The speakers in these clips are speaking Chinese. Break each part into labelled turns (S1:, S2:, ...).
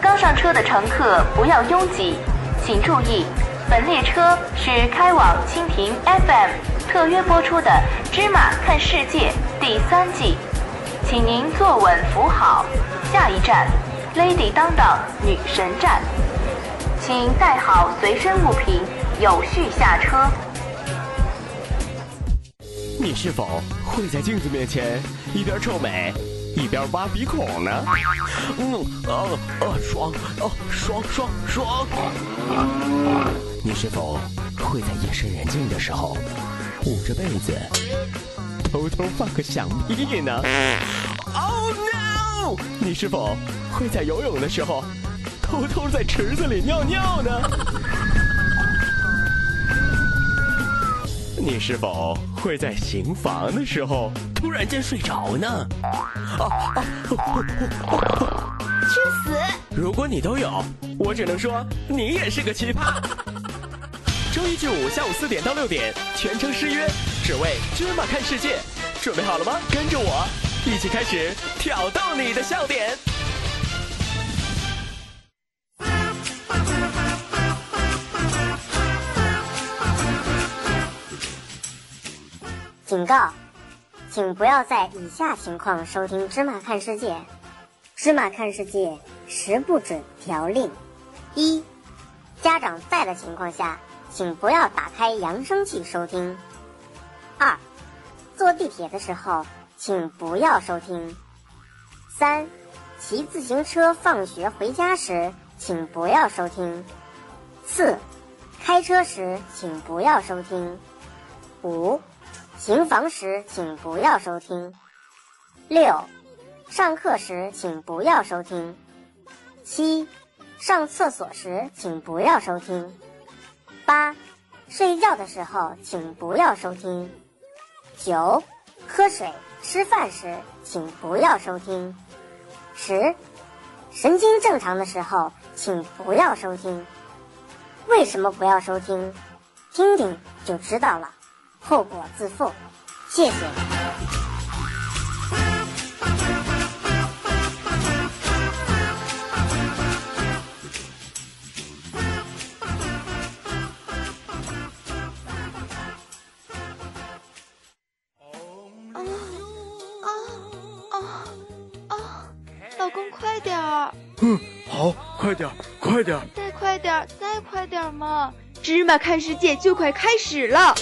S1: 刚上车的乘客不要拥挤，请注意，本列车是开往蜻蜓 FM 特约播出的《芝麻看世界》第三季，请您坐稳扶好。下一站，Lady 当当女神站，请带好随身物品，有序下车。
S2: 你是否会在镜子面前一边臭美，一边挖鼻孔呢？嗯，哦哦，爽哦，爽爽爽！你是否会在夜深人静的时候，捂着被子，偷偷放个响屁呢？Oh no！你是否会在游泳的时候，偷偷在池子里尿尿呢？你是否会在行房的时候突然间睡着呢？啊啊！
S3: 去死！
S2: 如果你都有，我只能说你也是个奇葩。周一至五下午四点到六点，全程失约，只为芝麻看世界。准备好了吗？跟着我一起开始挑逗你的笑点。
S3: 警告，请不要在以下情况收听《芝麻看世界》。《芝麻看世界》十不准条令：一、家长在的情况下，请不要打开扬声器收听；二、坐地铁的时候，请不要收听；三、骑自行车放学回家时，请不要收听；四、开车时，请不要收听；五。行房时请不要收听。六，上课时请不要收听。七，上厕所时请不要收听。八，睡觉的时候请不要收听。九，喝水、吃饭时请不要收听。十，神经正常的时候请不要收听。为什么不要收听？听听就知道了。后果自负。谢谢。
S4: 啊啊啊！老公，快点儿，
S5: 嗯，好，快点儿，快点儿！
S4: 再快点儿，再快点儿嘛！芝麻看世界就快开始了。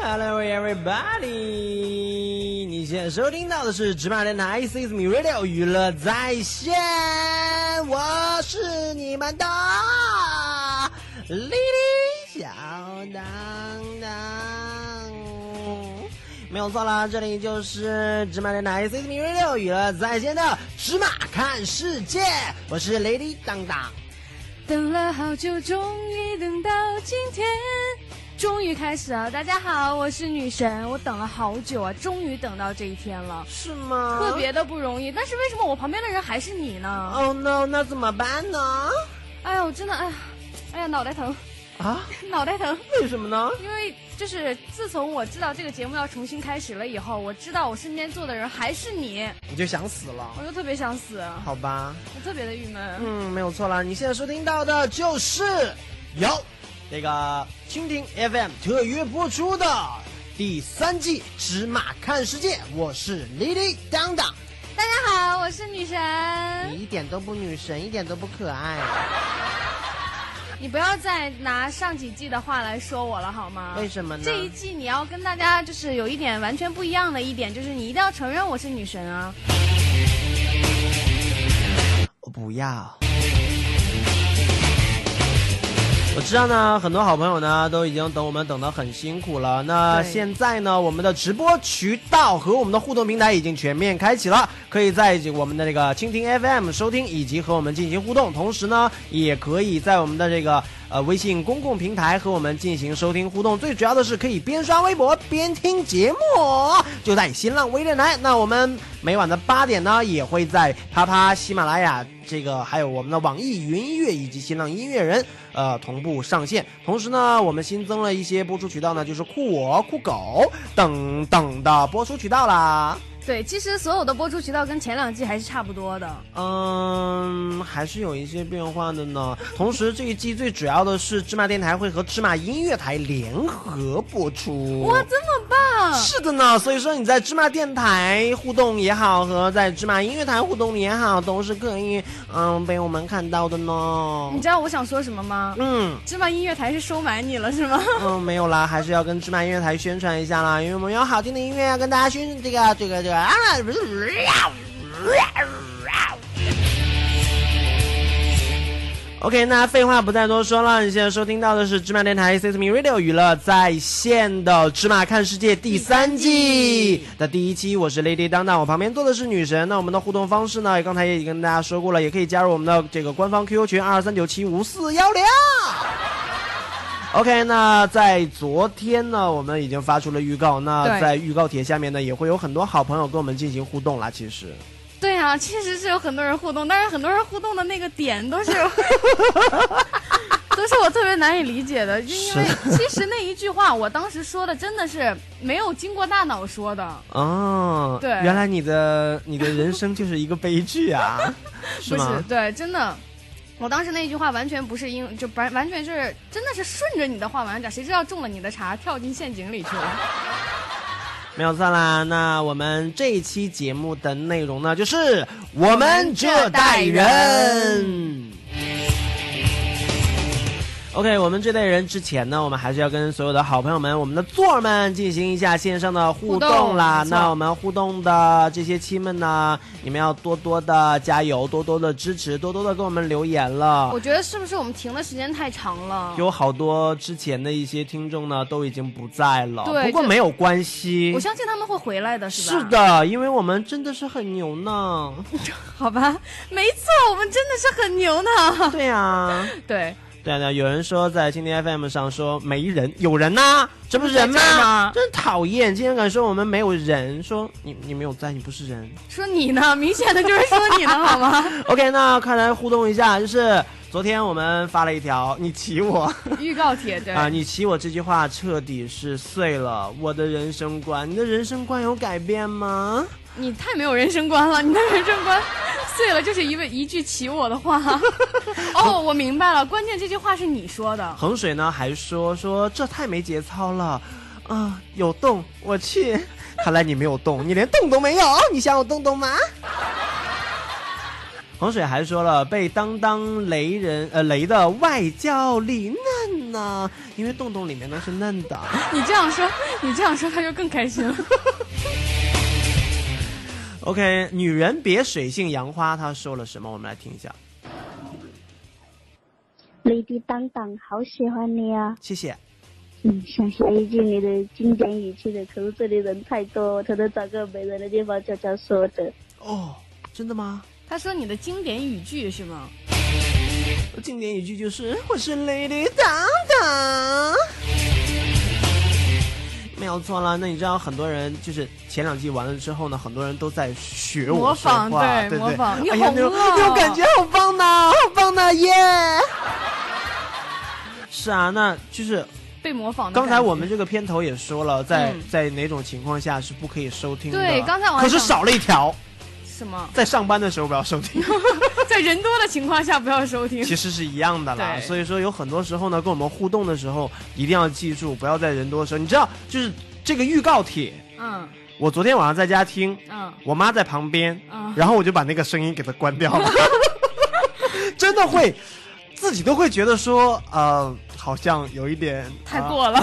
S6: Hello everybody！你现在收听到的是芝麻电台 Six Me Radio 娱乐在线，我是你们的莉莉小当当，没有错了，这里就是芝麻电台 Six Me Radio 娱乐在线的芝麻看世界，我是雷莉当当。
S7: 等了好久，终于等到今天，终于开始了。大家好，我是女神，我等了好久啊，终于等到这一天了，
S6: 是吗？
S7: 特别的不容易。但是为什么我旁边的人还是你呢？
S6: Oh no，那怎么办呢？
S7: 哎呀，我真的哎呀，哎呀，脑袋疼，
S6: 啊？
S7: 脑袋疼。
S6: 为什么呢？
S7: 因为就是自从我知道这个节目要重新开始了以后，我知道我身边坐的人还是你，
S6: 你就想死了
S7: 我？就特别想死，
S6: 好吧，
S7: 我特别的郁闷。
S6: 嗯，没有错了。你现在收听到的就是由这个蜻蜓 FM 特约播出的第三季《芝麻看世界》，我是李李当当，
S7: 大家好，我是女神，
S6: 你一点都不女神，一点都不可爱，
S7: 你不要再拿上几季的话来说我了好吗？
S6: 为什么呢？
S7: 这一季你要跟大家就是有一点完全不一样的一点，就是你一定要承认我是女神啊！
S6: 我不要。我知道呢，很多好朋友呢都已经等我们等得很辛苦了。那
S7: 对
S6: 现在呢，我们的直播渠道和我们的互动平台已经全面开启了，可以在我们的这个蜻蜓 FM 收听，以及和我们进行互动。同时呢，也可以在我们的这个呃微信公共平台和我们进行收听互动。最主要的是可以边刷微博边听节目哦，就在新浪微电台。那我们每晚的八点呢，也会在啪啪喜马拉雅。这个还有我们的网易云音乐以及新浪音乐人，呃，同步上线。同时呢，我们新增了一些播出渠道呢，就是酷我、酷狗等等的播出渠道啦。
S7: 对，其实所有的播出渠道跟前两季还是差不多的。
S6: 嗯，还是有一些变化的呢。同时，这一季最主要的是芝麻电台会和芝麻音乐台联合播出。
S7: 哇，这么棒！
S6: 是的呢，所以说你在芝麻电台互动也好，和在芝麻音乐台互动也好，都是可以嗯被我们看到的呢
S7: 你。知道我想说什么吗？
S6: 嗯
S7: 芝麻音乐台是收买你 了是吗？
S6: 嗯，没有啦，还是要跟芝麻音乐台宣传一下啦，因为我们有好听的音乐要跟大家宣这个这个这个啊。OK，那废话不再多说了，你现在收听到的是芝麻电台 Sesame Radio 娱乐在线的《芝麻看世界》第三季的第一期，我是 Lady 当当，我旁边坐的是女神。那我们的互动方式呢，刚才也已经跟大家说过了，也可以加入我们的这个官方 QQ 群二三九七五四幺零。OK，那在昨天呢，我们已经发出了预告。那
S7: 对
S6: 在预告帖下面呢，也会有很多好朋友跟我们进行互动啦。其实，
S7: 对啊，确实是有很多人互动，但是很多人互动的那个 点都是，都是我特别难以理解的，就因为其实那一句话我当时说的真的是没有经过大脑说的，
S6: 哦，
S7: 对
S6: 原来你的你的人生就是一个悲剧 啊，
S7: 不
S6: 吗
S7: 是？对，真的。我当时那句话完全不是因，就完完全是真的是顺着你的话往下讲，谁知道中了你的茬，跳进陷阱里去了。
S6: 没有错啦。那我们这一期节目的内容呢，就是我们这代人。OK，我们这代人之前呢，我们还是要跟所有的好朋友们、我们的座儿们进行一下线上的互动啦。
S7: 互动没错
S6: 那我们互动的这些亲们呢，你们要多多的加油，多多的支持，多多的给我们留言了。
S7: 我觉得是不是我们停的时间太长了？
S6: 有好多之前的一些听众呢，都已经不在了，
S7: 对
S6: 不过
S7: 这
S6: 没有关系。
S7: 我相信他们会回来的，是吧？
S6: 是，的，因为我们真的是很牛 呢。
S7: 好吧，没错，我们真的是很牛呢。
S6: 对呀、啊，
S7: 对，
S6: 对啊对啊，有人说在蜻蜓 FM 上说没人，有人呐、这不是人
S7: 在这儿
S6: 吗
S7: 吗？
S6: 真讨厌，竟然敢说我们没有人，说你你没有在，你不是人。
S7: 说你呢，明显的就是说你呢，好吗？
S6: OK，那快来互动一下，就是昨天我们发了一条“你骑我”。
S7: 预告帖，对，
S6: 啊，你骑我这句话彻底是碎了我的人生观。你的人生观有改变吗？
S7: 你太没有人生观了，你的人生观碎了，就是一位一句起我的话。 哦，我明白了，关键这句话是你说的，
S6: 衡水呢还说说这太没节操了，啊，有洞我去。 看来你没有洞，你连洞都没有，哦你想有洞洞吗？ 衡水还说了，被当当雷人呃雷的外焦里嫩呢、因为洞洞里面都是嫩的。
S7: 你这样说，你这样说，他就更开心了。
S6: OK，女人别水性杨花，她说了什么？我们来听一下，
S8: Lady 当当，好喜欢你啊！
S6: 谢谢。
S8: 嗯，想写一句你的经典语气的，可是这里人太多，他能找个没人的地方悄悄说的。
S6: 哦，真的吗？
S7: 他说你的经典语句是吗？
S6: 经典语句就是“我是 Lady 当当”，没有错了。那你知道很多人就是前两季完了之后呢，很多人都在学我
S7: 模
S6: 说
S7: 仿
S6: 话，
S7: 对
S6: 对不
S7: 模仿你
S6: 哎呀
S7: 好，
S6: 那种
S7: 饿啊
S6: 那种感觉好棒呢，啊好棒呢，耶！是啊，那就是
S7: 被模仿的
S6: 刚
S7: 感觉。
S6: 才我们这个片头也说了，在、
S7: 嗯
S6: 在哪种情况下是不可以收听的。
S7: 对刚才我还
S6: 可是
S7: 想
S6: 少了一条，
S7: 什么，
S6: 在上班的时候不要收听。
S7: 在人多的情况下不要收 听。
S6: 其实是一样的啦。
S7: 对
S6: 所以说有很多时候呢，跟我们互动的时候，一定要记住，不要在人多的时候。你知道，就是这个预告帖，
S7: 嗯
S6: 我昨天晚上在家听，
S7: 嗯，
S6: 我妈在旁边，
S7: 嗯
S6: 然后我就把那个声音给它关掉 了，真的会。自己都会 觉得说，呃，好像有一点
S7: 太
S6: 呃
S7: 过了。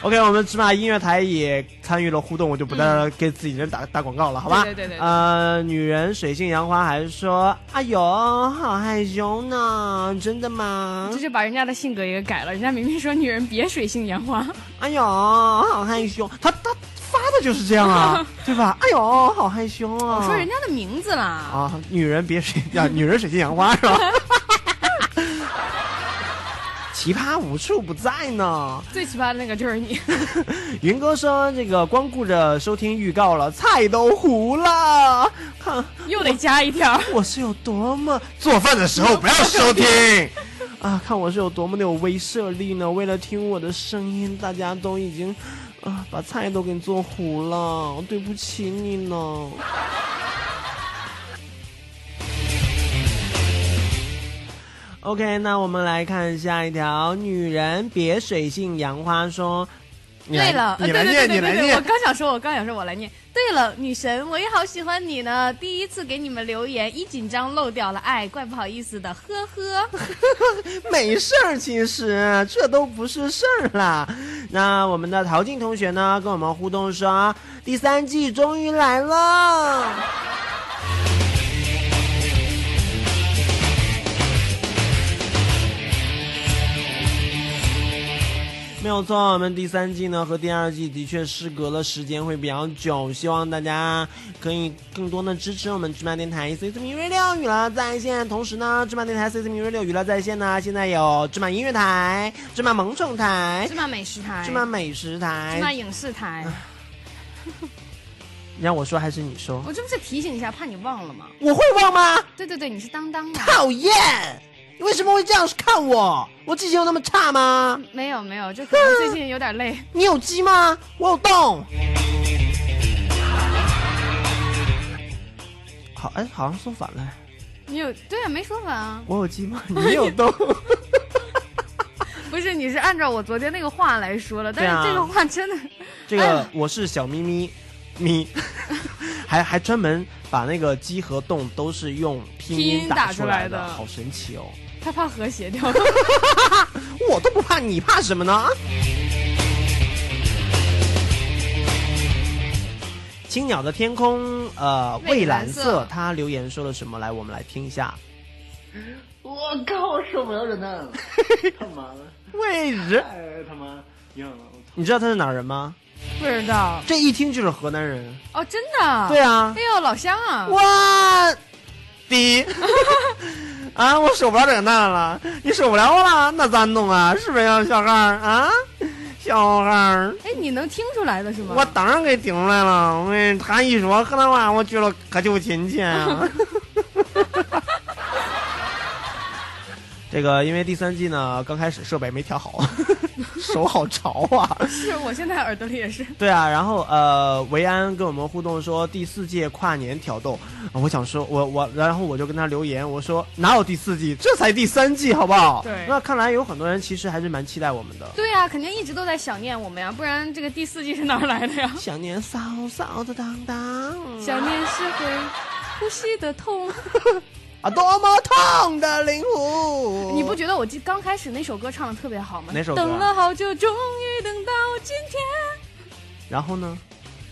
S6: OK，我们芝麻音乐台也参与了互动，我就不再给自己人打、打广告了，好吧？
S7: 嗯对对对对
S6: 呃，女人水性杨花还说：“哎呦，好害羞呢，真的吗
S7: 这？就把人家的性格也给改了。人家明明说女人别水性杨花，
S6: 哎呦，好害羞。他”他发的就是这样 啊，对吧？哎呦，好害羞啊！
S7: 哦我说人家的名字啦。
S6: 啊，女人别水 呀、女人水性杨花是吧？奇葩无处不在呢。
S7: 最奇葩的那个就是 你，
S6: 云哥说：“这个光顾着收听预告了，菜都糊了。哼，
S7: 又得加一条。
S6: 我是有多么做饭的时候不要收听 啊！看我是有多么的有威慑力呢！为了听我的声音，大家都已经啊把菜都给做糊了，对不起你呢。”OK，那我们来看下一条，女人别水性杨花说。你来
S7: 对了，
S6: 你
S7: 呃
S6: 来
S7: 对对
S6: 念，
S7: 对
S6: 你
S7: 对
S6: 来
S7: 对，
S6: 念
S7: 我。刚想说，我刚想说，我来念。对了，女神，我也好喜欢你呢。第一次给你们留言，一紧张漏掉了，哎，怪不好意思的，呵 呵。
S6: 没事儿，其实这都不是事儿啦。那我们的陶静同学呢，跟我们互动说，第三季终于来了。没有错，我们第三季呢和第二季的确是隔了时间会比较久，希望大家可以更多的支持我们芝麻电台 C C 米瑞六娱乐在线。同时呢，芝麻电台 C C 米瑞六娱乐在线呢，现在有芝麻音乐台、芝麻萌宠台、
S7: 芝麻美食台，
S6: 芝麻美食
S7: 芝麻
S6: 台。
S7: 影视台，
S6: 你让我说还是你说？
S7: 我这不是提醒一下，怕你忘了吗？
S6: 我会忘吗？
S7: 对对对，你是当当的。啊
S6: 讨厌！你为什么会这样看我？我记性有那么差吗？
S7: 没有没有，就可能最近有点累。
S6: 你有鸡吗？我有洞。好，哎，好像说反了。
S7: 你有对啊，没说反啊，
S6: 我有鸡 吗？你有洞。
S7: 不是，你是按照我昨天那个话来说了，
S6: 对啊
S7: 但是这个话真的，哎
S6: 这个我是小咪咪咪， 还还专门把那个鸡和洞都是用拼
S7: 拼
S6: 音
S7: 音
S6: 打
S7: 打
S6: 出
S7: 出
S6: 来
S7: 来
S6: 的，
S7: 的
S6: 好神奇哦！
S7: 他怕和谐掉。
S6: 我都不怕，你怕什么呢？青鸟的天空，呃，
S7: 蔚
S6: 蔚蓝
S7: 蓝色
S6: 色。他留言说了什么？来，我们来听一下。
S5: 我靠，受不了这 蛋了，他妈的，
S6: 位置，
S5: 太他妈硬了，我操！
S6: 你知道他是哪儿人吗？
S7: 不知道
S6: 这一听就是河南人。
S7: 哦，真的。
S6: 对。啊
S7: 哎，呦，老乡啊！
S6: 哇，滴， 啊，我受不了这个男的了，你受不了我了，那咋弄啊？是不是呀，小孩儿啊？小孩儿，
S7: 哎，你能听出来的是吗？
S6: 我当然给顶出来了。我跟他一说河南话，我觉得可就亲切啊。这个因为第三季呢，刚开始设备没调好， 手好潮啊。
S7: 是我现在耳朵里也是。
S6: 对啊，然后呃，维安跟我们互动说第四届跨年挑逗，啊我想说，我我，然后我就跟他留言，我说哪有第四季，这才第三季，好不好？
S7: 对
S6: 那看来有很多人其实还是蛮期待我们的。
S7: 对呀、肯定一直都在想念我们呀，不然这个第四季是哪儿来的呀？
S6: 想念嫂嫂的当当，
S7: 想念是会呼吸的痛。
S6: 啊，多么痛的灵魂。
S7: 你不觉得我记刚开始那首歌唱的特别好吗？
S6: 哦哪首歌啊
S7: 等了好久，终于等到今天，
S6: 然后呢？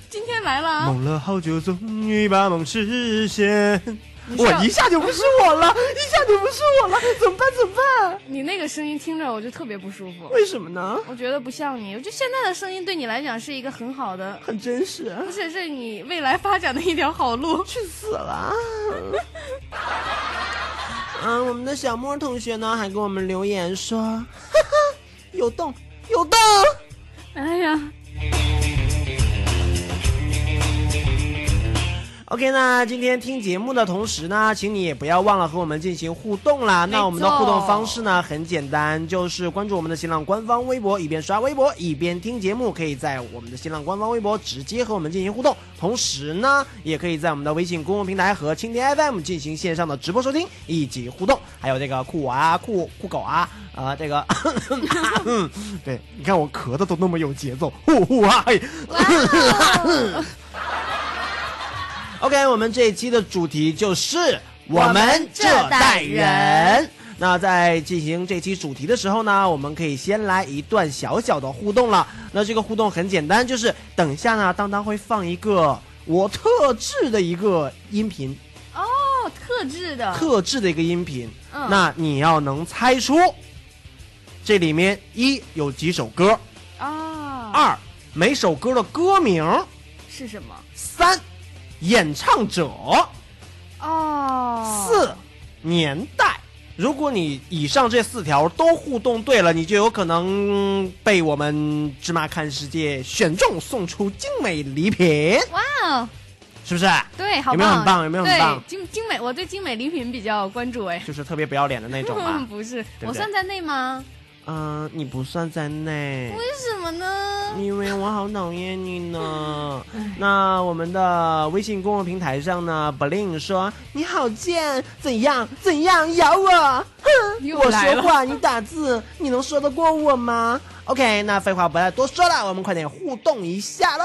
S7: 今天来了啊！
S6: 梦了好久，终于把梦实现。
S7: 你
S6: 我
S7: 是要
S6: 一下就不是我了，一下就不是我了，怎么办？怎么办？
S7: 你那个声音听着我就特别不舒服，
S6: 为什么呢？
S7: 我觉得不像你。我觉得现在的声音对你来讲是一个很好的，
S6: 很真实啊。
S7: 不是是你未来发展的一条好路。
S6: 去死了！ 嗯，我们的小莫同学呢，还给我们留言说，哈哈，有洞，有洞。
S7: 哎呀，
S6: OK，那今天听节目的同时呢，请你也不要忘了和我们进行互动啦。那我们的互动方式呢很简单，就是关注我们的新浪官方微博，一边刷微博一边听节目，可以在我们的新浪官方微博直接和我们进行互动。同时呢，也可以在我们的微信公众平台和蜻蜓 FM 进行线上的直播收听以及互动，还有这个酷我啊、酷酷狗啊，啊、这个，嗯，对，你看我咳的都那么有节奏，呼呼啊，嘿。OK，我们这一期的主题就是我们这代人。那在进行这期主题的时候呢，我们可以先来一段小小的互动了。那这个互动很简单，就是等一下呢，当当会放一个我特制的一个音频，
S7: 哦，特制的，
S6: 特制的一个音频。
S7: 嗯
S6: 那你要能猜出这里面一有几首歌，
S7: 啊，
S6: 二每首歌的歌名，
S7: 是什么？
S6: 三演唱者，
S7: 哦，
S6: 四年代。如果你以上这四条都互动对了，你就有可能被我们芝麻看世界选中，送出精美礼品，
S7: 哇哦，
S6: 是不是？
S7: 对，好
S6: 有没有很棒有没有很棒
S7: 对，精精美，我对精美礼品比较关注哎。。
S6: 就是特别不要脸的那种吧
S7: 不是，
S6: 对
S7: 我算在内吗？
S6: 嗯、你不算在内，
S7: 为什么呢？
S6: 因为我好讨厌你呢。那我们的微信公众平台上呢，Blin 说你好贱，怎样怎样咬我？哼，
S7: 又
S6: 我
S7: 来
S6: 说
S7: 了
S6: 话你打字，你能说得过我吗？OK，那废话不再多说了，我们快点互动一下喽。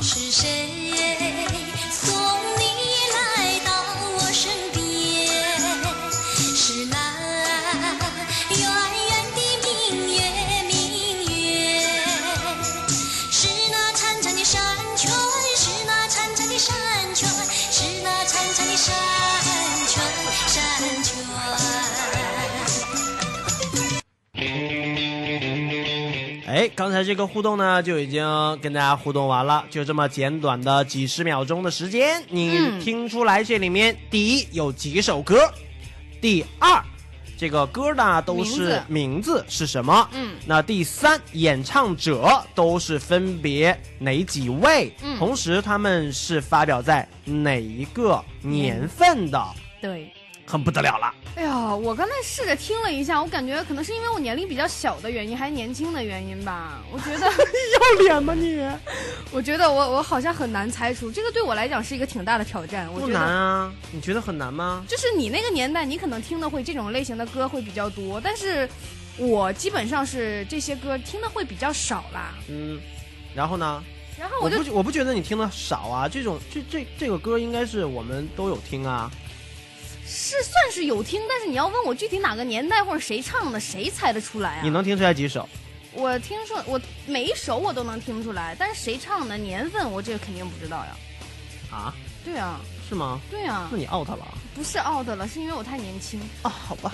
S9: 是谁送你来到我身边？是那圆圆的明月，明月。是那潺潺的山泉，是那潺潺的山泉，是那潺潺的山泉，山泉。
S6: 哎，刚才这个互动呢，就已经跟大家互动完了，就这么简短的几十秒钟的时间，你
S7: 嗯
S6: 听出来这里面第一有几首歌，第二这个歌呢都是名字是什么？
S7: 嗯
S6: 那第三演唱者都是分别哪几位？
S7: 嗯
S6: 同时他们是发表在哪一个年份的？
S7: 嗯对。
S6: 很不得了了，
S7: 哎呀，我刚才试着听了一下，我感觉可能是因为我年龄比较小的原因，还年轻的原因吧。我 觉得要脸吗你？ 我觉得我我好像很难猜出，这个对我来讲是一个挺大的挑战。我
S6: 不
S7: 觉
S6: 难
S7: 得
S6: 啊？你觉得很难吗？
S7: 就是你那个年代，你可能听的会这种类型的歌会比较多，但是我基本上是这些歌听的会比较少啦。
S6: 嗯，然后呢？
S7: 然后
S6: 我
S7: 我就
S6: 不觉我不觉得你听的少啊，这种这这这个歌应该是我们都有听啊。
S7: 是算是有听，但是你要问我具体哪个年代或者谁唱的，谁猜得出来啊？
S6: 你能听出来几首？
S7: 我听说我每一首我都能听出来，但是谁唱的年份我这个肯定不知道呀。
S6: 啊？
S7: 对啊，
S6: 是吗？
S7: 对啊
S6: 那，你 out 了啊
S7: 不是 out 了，是因为我太年轻。？
S6: 哦好吧。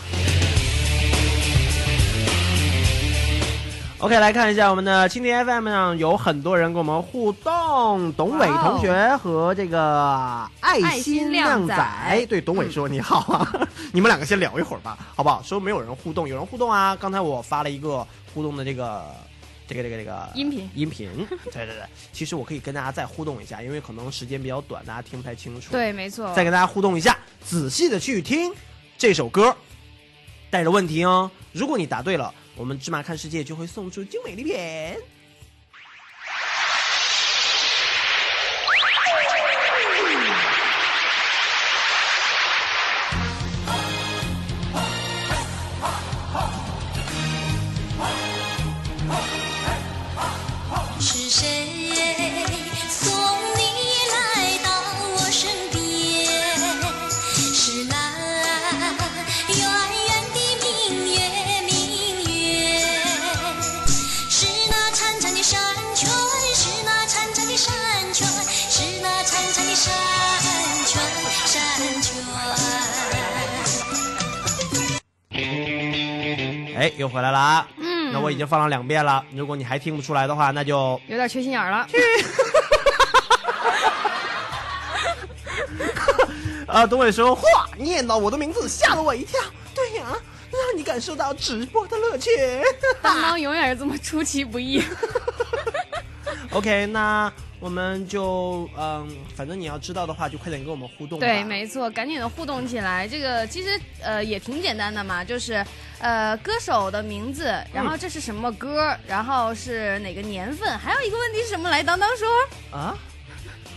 S6: OK，来看一下我们的蜻蜓 FM 上有很多人跟我们互动，董伟
S7: 哇哦
S6: 同学和这个爱心靓哎
S7: 爱心靓仔
S6: 对董伟说、你好 啊，你们两个先聊一会儿吧，好不好？说没有人互动，有人互动啊，刚才我发了一个互动的这个这个这个这个
S7: 音频
S6: 音 频，对对对，其实我可以跟大家再互动一下，因为可能时间比较短，大家听不太清楚。
S7: 对，没错。
S6: 再跟大家互动一下，仔细的去听这首歌，带着问题哦。如果你答对了，我们芝麻看世界就会送出精美礼品。
S9: 是谁送你来到我身边？是那圆圆的明月，明月。是那潺潺的山泉，是那潺潺的山泉，是那潺潺的山泉，山泉。
S6: 哎，又回来了啊！嗯，那我已经放了两遍了。如果你还听不出来的话，那就
S7: 有点缺心眼儿 了。
S6: 啊，董伟说话念到我的名字，吓了我一跳。对呀、让你感受到直播的乐趣。
S7: 当当永远是这么出其不 意。
S6: OK，那我们就嗯，反正你要知道的话，就快点跟我们互动吧。
S7: 对，没错，赶紧的互动起来。这个其实呃也挺简单的嘛，就是呃歌手的名字，然后这是什么歌，然后是哪个年份，还有一个问题是什么来？当当说，
S6: 啊，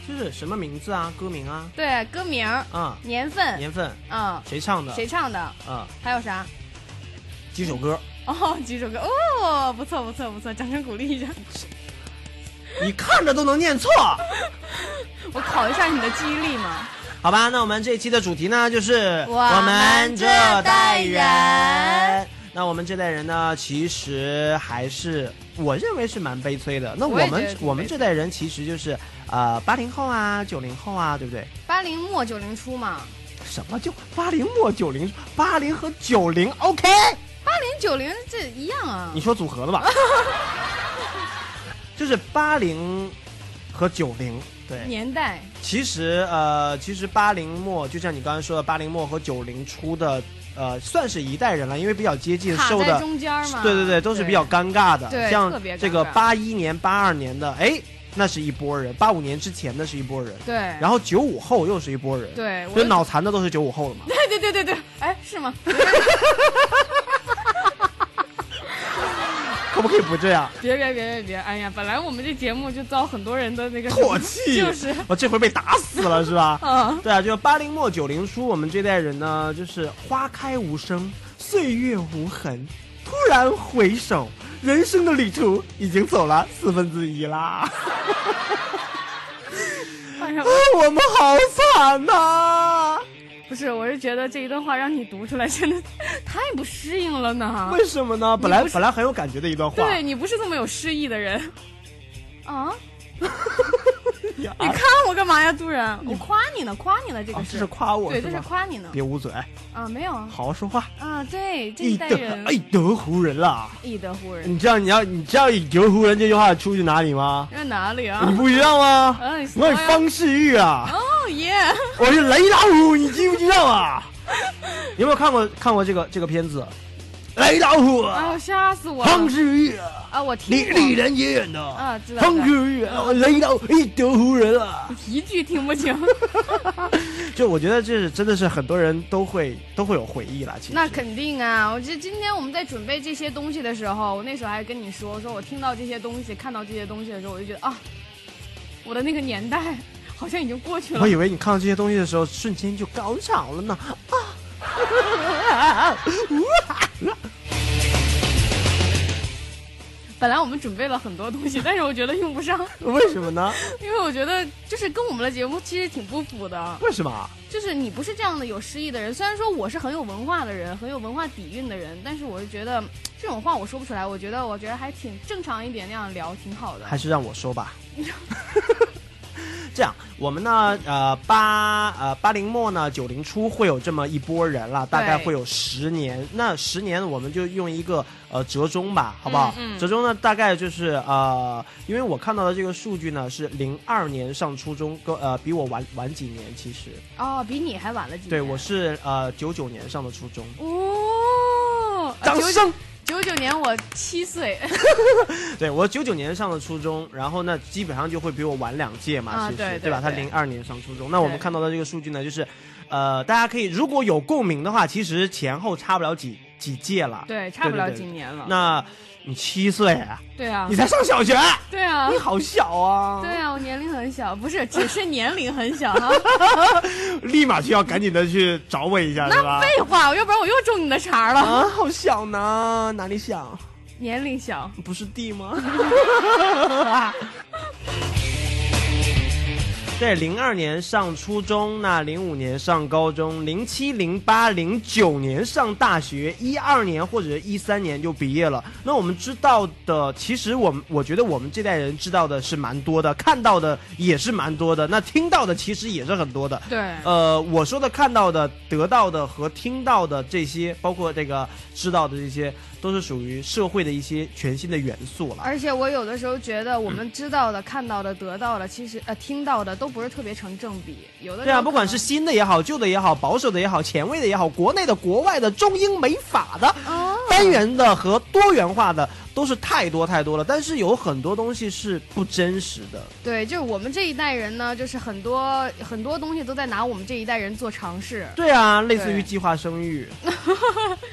S6: 就是什么名字啊，歌名啊，
S7: 对，歌名儿、
S6: 啊，
S7: 年份、
S6: 年份，
S7: 啊，
S6: 谁唱的？
S7: 谁唱的？
S6: 啊，
S7: 还有啥？
S6: 几首歌？
S7: 哦，几首歌哦，不错不错不错，掌声鼓 励一下。
S6: 你看着都能念错，
S7: 我考一下你的记忆力嘛。
S6: 好吧？那我们这一期的主题呢，就是
S7: 我们
S6: 们这代
S7: 这代
S6: 人。那我们这代人呢，其实还是我认为是蛮悲催的。那
S7: 我也
S6: 我
S7: 觉得
S6: 们
S7: 挺
S6: 我们
S7: 悲
S6: 这代人其实就是呃八零后啊，九零后啊，对不对？
S7: 八零末九零初嘛，
S6: 什么就八零末九零，八零和九零，OK？
S7: 八零哎九零这一样啊
S6: 你。说组合的吧？ 就是八零和九零，对，
S7: 年代
S6: 其实呃，其实八零末就像你刚才说的，八零末和九零初的呃，算是一代人了，因为比较接近，
S7: 卡
S6: 受
S7: 在
S6: 的
S7: 中间嘛。
S6: 对对对，都是比较尴尬的。
S7: 对特
S6: 像
S7: 别尴尬
S6: 这个八一年、八二年的，哎，那是一波人；八五年之前的是一波人，
S7: 对。然
S6: 然后九五后又是一波人，，
S7: 对，我
S6: 就脑残的都是九五 后了嘛。
S7: 对对对对对，哎，是 吗？
S6: 可不可以不这样？
S7: 别别别别别！哎呀，本来我们这节目就遭很多人的那 个
S6: 唾弃，
S7: 就是
S6: 我哦这回被打死了是吧？
S7: 嗯，
S6: 对啊，就八零末九零初，我们这代人呢，就是花开无声，岁月无痕，突然回首，人生的旅途已经走了四分之一啦。
S7: 哎呀
S6: 啊，我们好惨呐、
S7: 不是，我是觉得这一段话让你读出来，真的太不适应了呢。
S6: 为什么呢？本
S7: 你
S6: 来
S7: 不是
S6: 本来很有感觉的一段话，
S7: 对你不是这么有诗意的人啊！
S6: 呀
S7: 你看我干嘛呀，杜然？我夸你呢，夸你呢，这
S6: 啊
S7: 个
S6: 这是夸我
S7: 对，
S6: 是
S7: 这是
S6: 吗？
S7: 夸你呢
S6: 别捂嘴，
S7: 啊，没有啊，
S6: 好好说话。
S7: 啊，对，这
S6: 以
S7: 一代
S6: 德
S7: 人
S6: 以德服人啦！
S7: 以德服人，
S6: 你知道你要你知道以德服人这句话出自哪里吗？
S7: 这哪里啊
S6: 你？不知道吗？
S7: 哎什么
S6: 我
S7: 呀
S6: 是方世玉 啊，
S7: 哦耶！
S6: 我是雷老虎，你知不知道 啊？有没有看过看过这个这个片子？雷老虎啊，
S7: 哎呦，吓死我
S6: 方
S7: 了！
S6: 世玉啊，
S7: 啊，我
S6: 李
S7: 听
S6: 李
S7: 过，
S6: 连杰演的
S7: 啊知道
S6: 方世玉啊，雷老虎以德服人啊。
S7: 一句听不 清。
S6: 就我觉得这是真的是很多人都会都会有回忆啦。其实
S7: 那肯定啊！我记得今天我们在准备这些东西的时候，我那时候还跟你说，我说我听到这些东西、看到这些东西的时候，我就觉得啊，我的那个年代好像已经过去了
S6: 我。以为你看到这些东西的时候，瞬间就高潮了呢 啊！
S7: 本来我们准备了很多东西，但是我觉得用不上，
S6: 为什么呢？
S7: 因为我觉得就是跟我们的节目其实挺不符的。
S6: 为什么？
S7: 就是你不是这样的有诗意的人，虽然说我是很有文化的人，很有文化底蕴的人，但是我是觉得嗯这种话我说不出来。我觉得我觉得还挺正常一点，那样聊挺好的。
S6: 还是让我说吧。 这样，我们呢，呃，八呃八零末呢，九零初会有这么一波人了，大概会有十年。那十年我们就用一个呃折中吧，好不好？
S7: 嗯嗯
S6: 折中呢，大概就是呃，因为我看到的这个数据呢是零二年上初中，跟呃比我晚晚几年，其实
S7: 哦，比你还晚了几年。
S6: 对我是呃九九年上的初中。
S7: 哦，
S6: 掌声！
S7: 九九年我 七岁，
S6: 对我九九年上的初中，然后那基本上就会比我晚两届嘛，
S7: 啊
S6: 其实
S7: 对对
S6: 吧？他
S7: 对
S6: 零二年上初中，那我们
S7: 对
S6: 看到的这个数据呢，就是，呃，大家可以如果有共鸣的话，其实前后差不了几几届了，
S7: 对，差不了几。
S6: 对
S7: 年了。
S6: 那你七岁啊，
S7: 对啊
S6: 你，才上小学，
S7: 对啊
S6: 你，好小啊！
S7: 对啊，我年龄很小，不是，只是年龄很小 哈。
S6: 立马就要赶紧的去找我一下，是吧？
S7: 啊废话，要不然我又中你的茬了。
S6: 啊，好小呢，哪里小？
S7: 年龄小，
S6: 不是地吗？ 对，零二年上初中，那零五年上高中，零七、零八、零九年上大学，一二年或者一三年就毕业了。那我们知道的，其实我们我觉得我们这代人知道的是蛮多的，看到的也是蛮多的，那听到的其实也是很多的。
S7: 对，
S6: 呃，我说的看到的、得到的和听到的这些，包括这个知道的这些，都是属于社会的一些全新的元素了。
S7: 而且我有的时候觉得我
S6: 嗯
S7: 们知道的、看到的、得到的，其实呃听到的都不是特别成正比，有的时
S6: 对
S7: 候
S6: 啊，不管
S7: 可
S6: 是
S7: 能
S6: 新的也好、旧的也好、保守的也好、前卫的也好、国内的、国外的、中英美法的，
S7: 哦
S6: 都单元的和多元化的都是太多太多了，但是有很多东西是不真实的。
S7: 对，就是我们这一代人呢，就是很多很多东西都在拿我们这一代人做尝试。
S6: 对啊，类似
S7: 对
S6: 于计划生 育，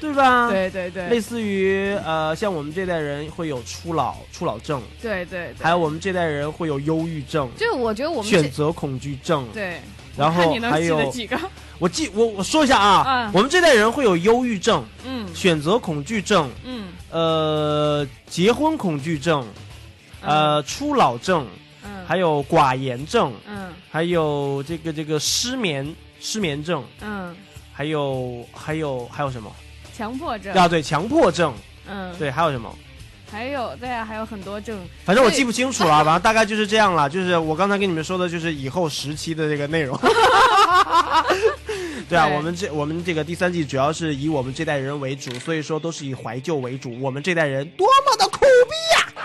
S6: 对吧？
S7: 对对对
S6: 类似于呃，像我们这代人会有初老、初老症，
S7: 对对对，
S6: 还有我们这代人会有忧郁症，
S7: 就是我觉得我们这
S6: 选择恐惧症。，
S7: 对，
S6: 然
S7: 我看
S6: 后
S7: 你能
S6: 还
S7: 记得
S6: 有
S7: 几个？
S6: 我记我我说一下啊，
S7: 嗯
S6: 我们这代人会有忧郁症、
S7: 嗯
S6: 选择恐惧症、
S7: 嗯
S6: 呃，结婚恐惧症，呃，初老症，
S7: 嗯，
S6: 还有寡言症，
S7: 嗯
S6: 还有这个这个失眠失眠症，
S7: 嗯，
S6: 还有还有还有什么？
S7: 强迫症
S6: 啊，对，强迫症，
S7: 嗯，
S6: 对，还有什么？
S7: 还有对啊，还有很多症，
S6: 反正我
S7: 对
S6: 记 不清楚了，反正大概就是这样了。就是我刚才跟你们说的，就是以后时期的这个内容。 对啊，
S7: 对
S6: 我们这我们这个第三季主要是以我们这代人为主，所以说都是以怀旧为主。我们这代人多么的苦逼 呀、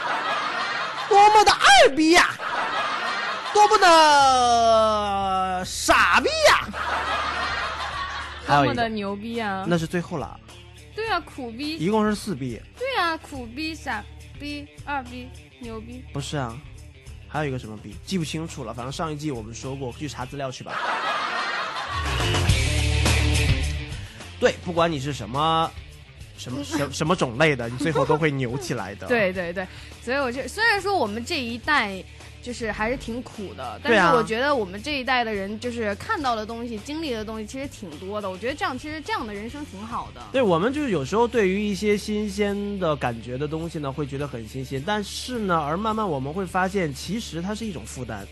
S6: 多么的二逼呀、多么的傻逼呀、还
S7: 多
S6: 有
S7: 么
S6: 一
S7: 的
S6: 个，
S7: 牛逼啊！
S6: 那是最后了，
S7: 对啊，苦逼，
S6: 一共是四逼，
S7: 对啊，苦逼、傻逼、二逼、牛逼，
S6: 不是啊，还有一个什么逼，记不清楚了。反正上一季我们说过，去查资料去 吧。对，不管你是什么。什么什什么种类的，你最后都会扭起来 的。
S7: 对对对，所以我就虽然说我们这一代。就是还是挺苦的，但
S6: 对啊
S7: 是我觉得我们这一代的人，就是看到的东西、经历的东西，其实挺多的。我觉得这样，其实这样的人生挺好的。
S6: 对，我们就是有时候对于一些新鲜的感觉的东西呢，会觉得很新鲜，但是呢，而慢慢我们会发现，其实它是一种负担，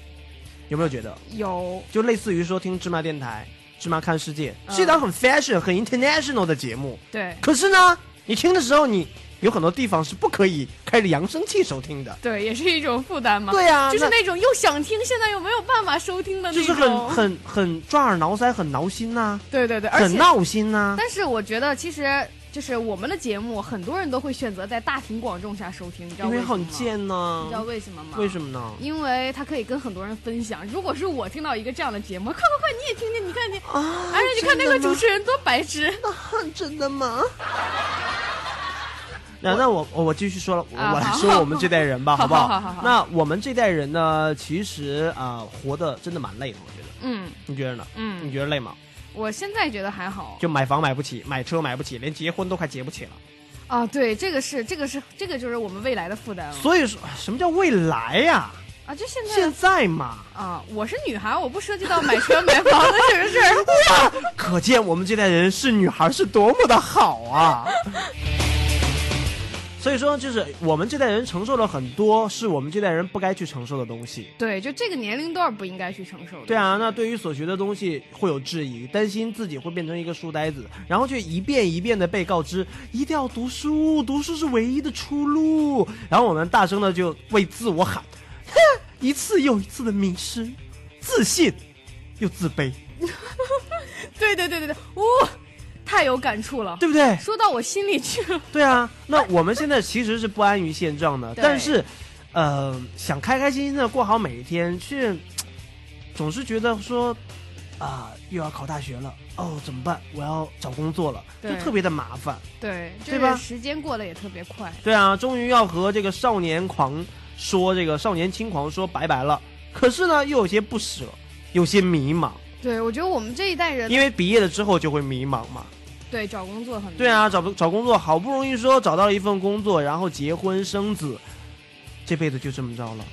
S6: 有没有觉得？
S7: 有，
S6: 就类似于说听芝麻电台、芝麻看世界，
S7: 嗯
S6: 是一档很 fashion、很 international 的节目，
S7: 对
S6: 可是呢，你听的时候你。有很多地方是不可以开着扬声器收听的，
S7: 对，也是一种负担嘛。
S6: 对啊
S7: 就是
S6: 那
S7: 那种又想听，现在又没有办法收听的那
S6: 就
S7: 种。
S6: 是很很很抓耳挠腮、很挠心呐、
S7: 对对对，而
S6: 很
S7: 且
S6: 闹心呐、
S7: 但是我觉得其实就是我们的节目，很多人都会选择在大庭广众下收听，你知道
S6: 因为
S7: 什么
S6: 很
S7: 吗？
S6: 贱呐、
S7: 你知道为什么吗？
S6: 为什？么呢？
S7: 因为他可以跟很多人分享。如果是我听到一个这样的节目，快快快，你也听听，你看你，
S6: 啊
S7: 哎呀，你看那个主持人多白痴
S6: 人，真的吗？那那我我我继续说了，我
S7: 啊
S6: 我来
S7: 好
S6: 说我们这代人吧，
S7: 好
S6: 不好？
S7: 好好好好
S6: 那我们这代人呢，其实啊、活得真的蛮累的，我觉得。
S7: 嗯，
S6: 你觉得呢？
S7: 嗯
S6: 你觉得累吗？
S7: 我现在觉得还好
S6: 就买房买不起，买车买不起，连结婚都快结不起了。
S7: 啊。对，这个是这个是这个就是我们未来的负担了
S6: 所以说，什么叫未来呀、
S7: 啊。就现在
S6: 现在嘛，
S7: 啊，我是女孩，我不涉及到买车买房的这个事儿。
S6: 哇，可见我们这代人是女孩是多么的好啊！所以说，就是我们这代人承受了很多是我们这代人不该去承受的东西。
S7: 对，就这个年龄段不应该去承受的。
S6: 对啊，那对于所学的东西会有质疑，担心自己会变成一个书呆子，然后却一遍一遍的被告知一定要读书，读书是唯一的出路。然后我们大声的就为自我喊，哼，一次又一次的迷失，自信又自卑，
S7: 对对对对对，呜、太有感触了，
S6: 对不对？
S7: 说到我心里去了。
S6: 对啊，那我们现在其实是不安于现状的，
S7: 对
S6: 但是，呃，想开开心心的过好每一天，却嘖总是觉得说，啊、又要考大学了，哦，怎么办？我要找工作了，就
S7: 对
S6: 特别的麻烦。
S7: 对，就
S6: 对吧
S7: 是时间过得也特别快。
S6: 对啊，终于要和这个少年狂说这个少年轻狂说拜拜了，可是呢，又有些不舍，有些迷茫，
S7: 对，我觉得我们这一代人
S6: 因为毕业了之后就会迷茫嘛。
S7: 对找工作很
S6: 对，啊，找不找工作，好不容易说找到了一份工作，然后结婚生子，这辈子就这么着了。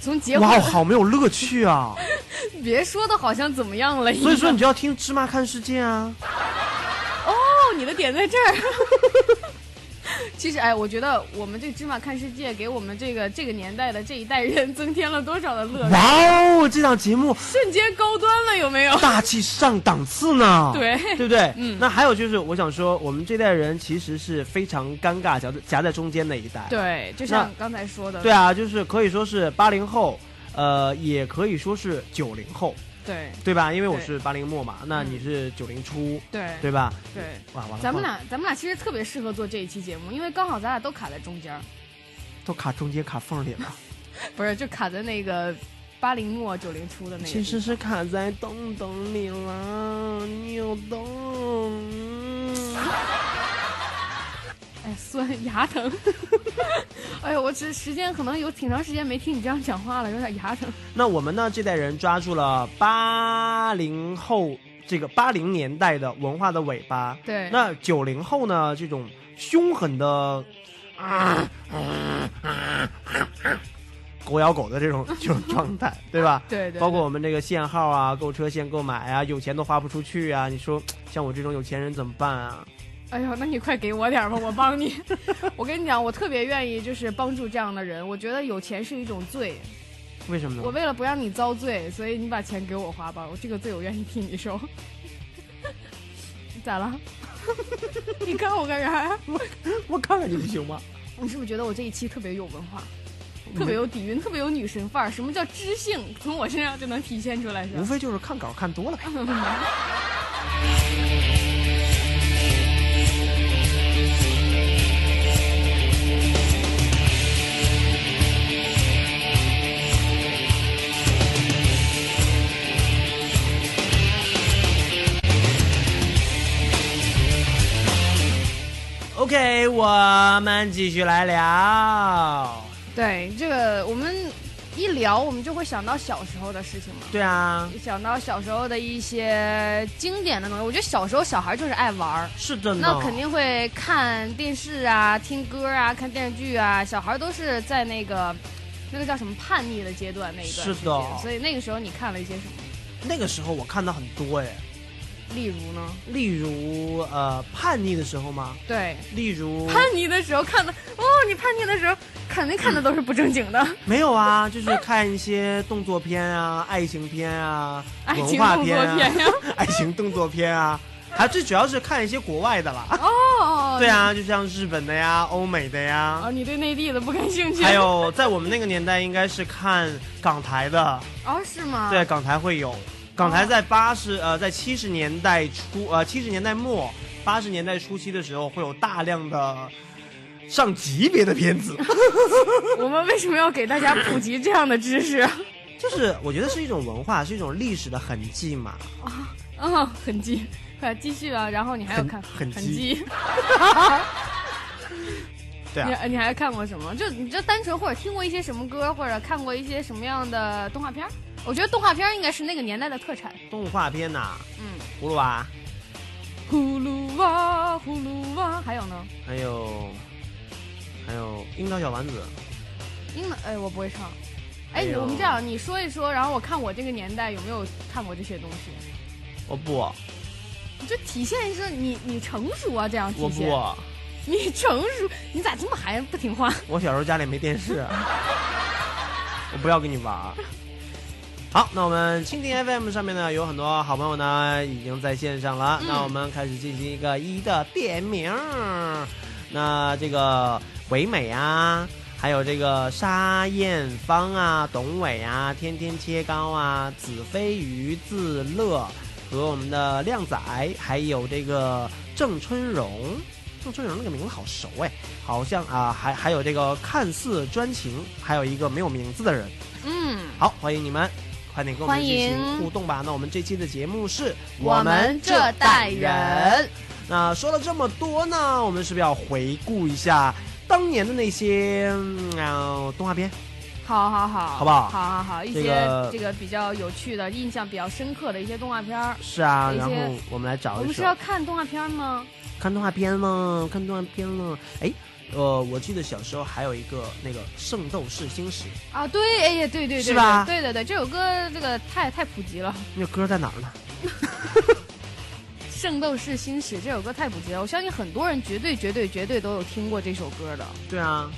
S7: 从结婚
S6: 哇，好没有乐趣 啊！
S7: 别说的好像怎么样了一样。
S6: 所以说你就要听芝麻看世界啊。
S7: 哦，你的点在这儿。其实，哎，我觉得我们这《芝麻看世界》给我们这个这个年代的这一代人增添了多少的乐趣，
S6: 哇哦，这档节目
S7: 瞬间高端了，有没有？
S6: 大气上档次呢。
S7: 哦 对
S6: 对不对？
S7: 嗯
S6: 那还有就是，我想说，我们这代人其实是非常尴尬夹在夹在中间的一代。。
S7: 对，就像刚才说的，
S6: 对啊，就是可以说是八零后，呃，也可以说是九零后，
S7: 对
S6: 对吧？因为我
S7: 对
S6: 是八零末嘛，那你是九零初，
S7: 对
S6: 对吧？
S7: 对。
S6: 哇，完了，
S7: 咱
S6: 忘
S7: 们俩，咱们俩其实特别适合做这一期节目，因为刚好咱俩都卡在中间儿，
S6: 都卡中间卡缝里了。
S7: 不是就卡在那个八零末九零 初的那个地
S6: 其
S7: 方。
S6: 实是卡在洞洞里嗯了，你有洞。
S7: 哎，酸，牙疼。 哎呦，我这时间可能有挺长时间没听你这样讲话了，有点牙疼。
S6: 那我们呢这代人抓住了八零后这个八零年代的文化的尾巴，
S7: 对
S6: 那九零后呢这种凶狠的。狗咬狗的这种这种状态，对吧？
S7: 对对
S6: 包括我们这个限号啊、购车限购买啊，有钱都花不出去啊。你说像我这种有钱人怎么办啊？
S7: 哎呦，那你快给我点儿吧，我帮你。 我跟你讲，我特别愿意就是帮助这样的人。我觉得有钱是一种罪，
S6: 为什么呢？
S7: 我为了不让你遭罪，所以你把钱给我花吧，我这个罪我愿意替你受。 咋了？ 你看我干啥？
S6: 我 我看看你不行吗？
S7: 你是不是觉得我这一期特别有文化，特别有底蕴，特别有女神范儿？什么叫知性？从我身上就能体现出来是吧？
S6: 无非就是看稿看多了呗。OK，我们继续来聊。
S7: 对，这个我们一聊，我们就会想到小时候的事情嘛。
S6: 对啊，
S7: 想到小时候的一些经典的东西，我觉得小时候小孩就是爱玩儿，
S6: 是的呢。
S7: 那肯定会看电视啊、听歌啊、看电视剧啊，小孩都是在那个那个叫什么叛逆的阶段那一段
S6: 是的
S7: 时间，所以那个时候你看了一些什么？
S6: 那个时候我看到很多哎，
S7: 例如呢？
S6: 例如呃叛逆的时候嘛，
S7: 对，
S6: 例如
S7: 叛逆的时候看的，哦，你叛逆的时候肯定看的都是不正 经的，
S6: 没有啊，就是看一些动作片啊、爱情片啊、
S7: 爱
S6: 文
S7: 情
S6: 化片
S7: 动作片呀
S6: 啊、 爱情动作片啊，还最主要是看一些国外的啦。
S7: 哦，
S6: 对，啊，就像日本的呀、欧美的呀，
S7: 哦，你对内地的不感兴趣，
S6: 还有在我们那个年代应该是看港台的，
S7: 哦，是吗？
S6: 对，，港台会有。港台在八十呃，在七十年代初呃，七十年代末、八十年代初期的时候，会有大量的上级别的片子，
S7: 我们为什么要给大家普及这样的知识？啊
S6: 就是我觉得是一种文化，是一种历史的痕迹嘛。
S7: 啊、痕迹，快继续啊！然后你还要
S6: 痕
S7: 看
S6: 痕迹
S7: 迹，
S6: 对啊，
S7: 你你还看过什么？就你就单纯或者听过一些什么歌，或者看过一些什么样的动画片儿？我觉得动画片儿应该是那个年代的特产。
S6: 动画片呐、
S7: 嗯，
S6: 葫芦娃，
S7: 呼噜娃，呼噜娃，还有呢？
S6: 还有还有樱桃小丸子，
S7: 英文哎，我不会唱。
S6: 哎
S7: 哎，
S6: 呦
S7: 我们这样，你说一说，然后我看我这个年代有没有看过这些东西，
S6: 我哦不，
S7: 你就体现一下你你成熟啊，这样体
S6: 我
S7: 现
S6: 不，
S7: 你成熟，你咋这么还不听话？
S6: 我小时候家里没电视，啊我不要跟你玩儿。好，那我们蜻蜓 FM 上面呢有很多好朋友呢已经在线上了，那我们开始进行一个一的点名儿。那这个唯美啊，还有这个沙艳芳啊、董伟啊、天天切糕啊、子非鱼自乐和我们的靓仔，还有这个郑春荣。郑春荣那个名字好熟哎，好像啊，还还有这个看似专情，还有一个没有名字的人。
S7: 嗯，
S6: 好，欢迎你们，快点跟我们
S7: 欢
S6: 进行
S7: 迎
S6: 互动吧。那我们这期的节目是
S7: 我们这代人。
S6: 那说了这么多呢，我们是不是要回顾一下当年的那些嗯、呃动画片？
S7: 好好好，
S6: 好不好
S7: 好好好，一
S6: 这
S7: 些
S6: 个
S7: 这个比较有趣的、印象比较深刻的一些动画片儿。
S6: 是啊，
S7: 一些
S6: 然后我们来找
S7: 我
S6: 一
S7: 们是
S6: 找
S7: 要，看动画片儿吗？
S6: 看动画片了，看动画片了。哎，呃，我记得小时候还有一个那个《圣斗士星矢》，
S7: 啊，对，哎呀，对对对，
S6: 是吧
S7: 对对对，这首歌这个太太普及了，
S6: 那个歌在哪儿呢？
S7: 《圣斗士星矢》这首歌太普及了，我相信很多人绝对绝对绝对都有听过这首歌的。
S6: 对啊，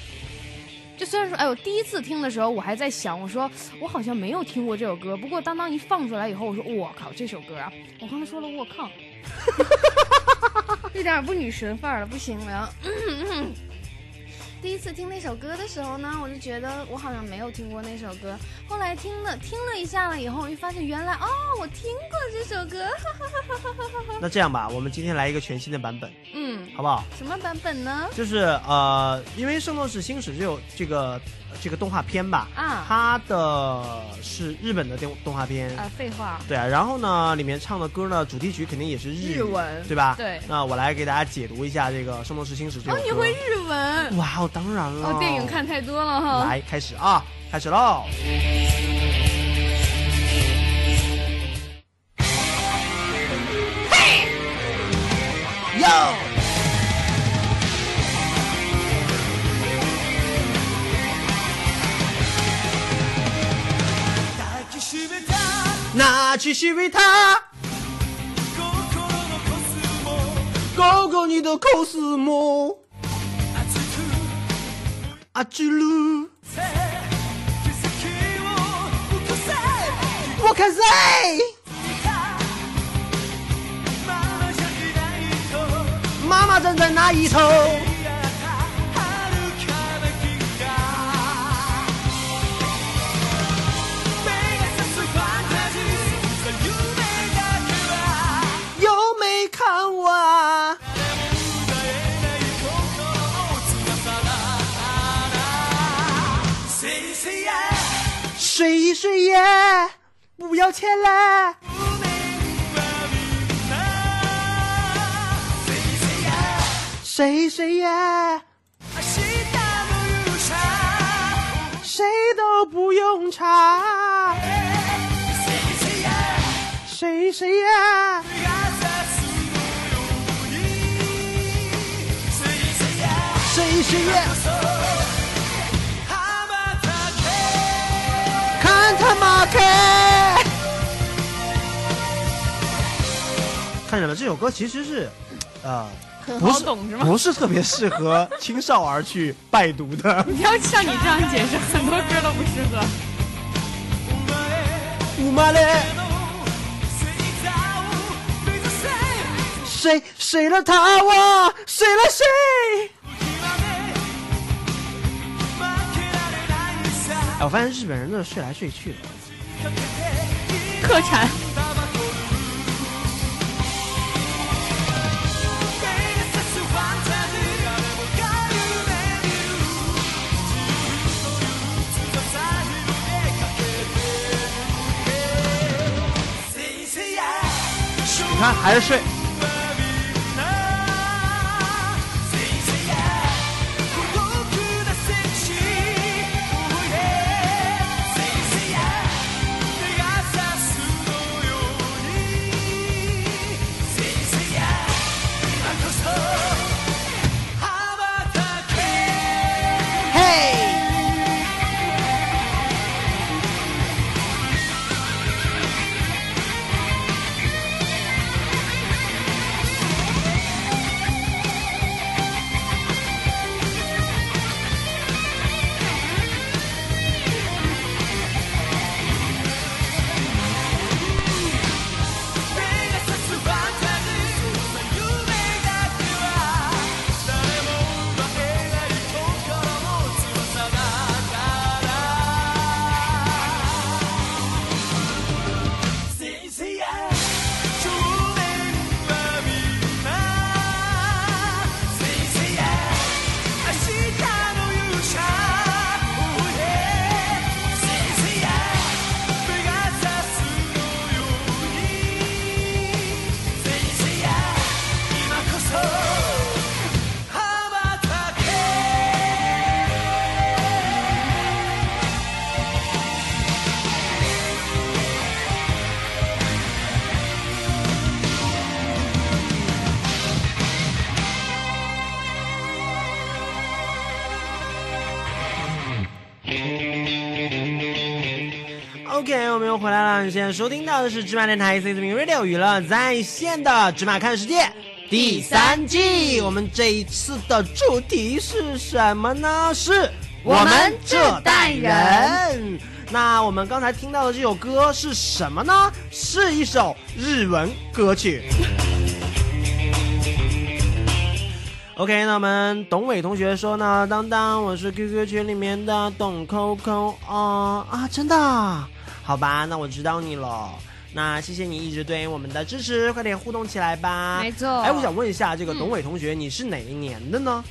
S7: 就虽然说，哎，我第一次听的时候，我还在想，我说我好像没有听过这首歌。不过当当一放出来以后，我说我靠，这首歌啊！我刚才说了我靠，一点儿不女神范儿了，不行了。 第一次听那首歌的时候呢，我就觉得我好像没有听过那首歌。后来听了听了一下了以后，我就发现原来哦，我听过这首歌。
S6: 那这样吧，我们今天来一个全新的版本，
S7: 嗯，
S6: 好不好？
S7: 什么版本呢？
S6: 就是呃，因为《圣斗士星矢》这有这个这个动画片吧，
S7: 啊
S6: 它的是日本的动动画片。
S7: 啊，废话，
S6: 对啊，然后呢，里面唱的歌呢，主题曲肯定也是
S7: 日
S6: 日语
S7: 文
S6: 对吧？
S7: 对
S6: 那我来给大家解读一下这个《圣斗士星矢》这
S7: 哦
S6: 首歌。，
S7: 你会日文？
S6: 哇哦，当然了。
S7: 哦，电影看太多了哈。
S6: 来，开始啊，开始喽！嘿，哟，那去しめた心にのコスモあちる我可是妈妈站在那一头。有没看我啊？水水耶，不要钱嘞！谁谁耶，谁都不用查。谁谁耶，谁谁耶，看他妈开！看见了，这首歌其实是，呃，
S7: 很
S6: 不
S7: 好
S6: 是
S7: 懂是吗？
S6: 不是特别适合青少儿去拜读的。
S7: 你要像你这样解释，很多歌都不适合。
S6: 五妈嘞，谁谁了他哇，谁了谁？哎，我发现日本人都是睡来睡去的。
S7: 特产。
S6: 你看还是睡。嘿，OK，我们又回来了。你现在收听到的是芝麻电台 C 四零 Radio 娱乐在线的《芝麻看世界》第三季。我们这一次的主题是什么呢？是
S7: 我们这代人。
S6: 那我们刚才听到的这首歌是什么呢？是一首日文歌曲。OK，那我们董伟同学说呢，当当，我是 QQ 群里面的董扣扣哦啊，真的啊？好吧，那我知道你了。那谢谢你一直对我们的支持，快点互动起来吧。
S7: 没错
S6: 哎，我想问一下，这个董伟同学，你是哪一年的呢？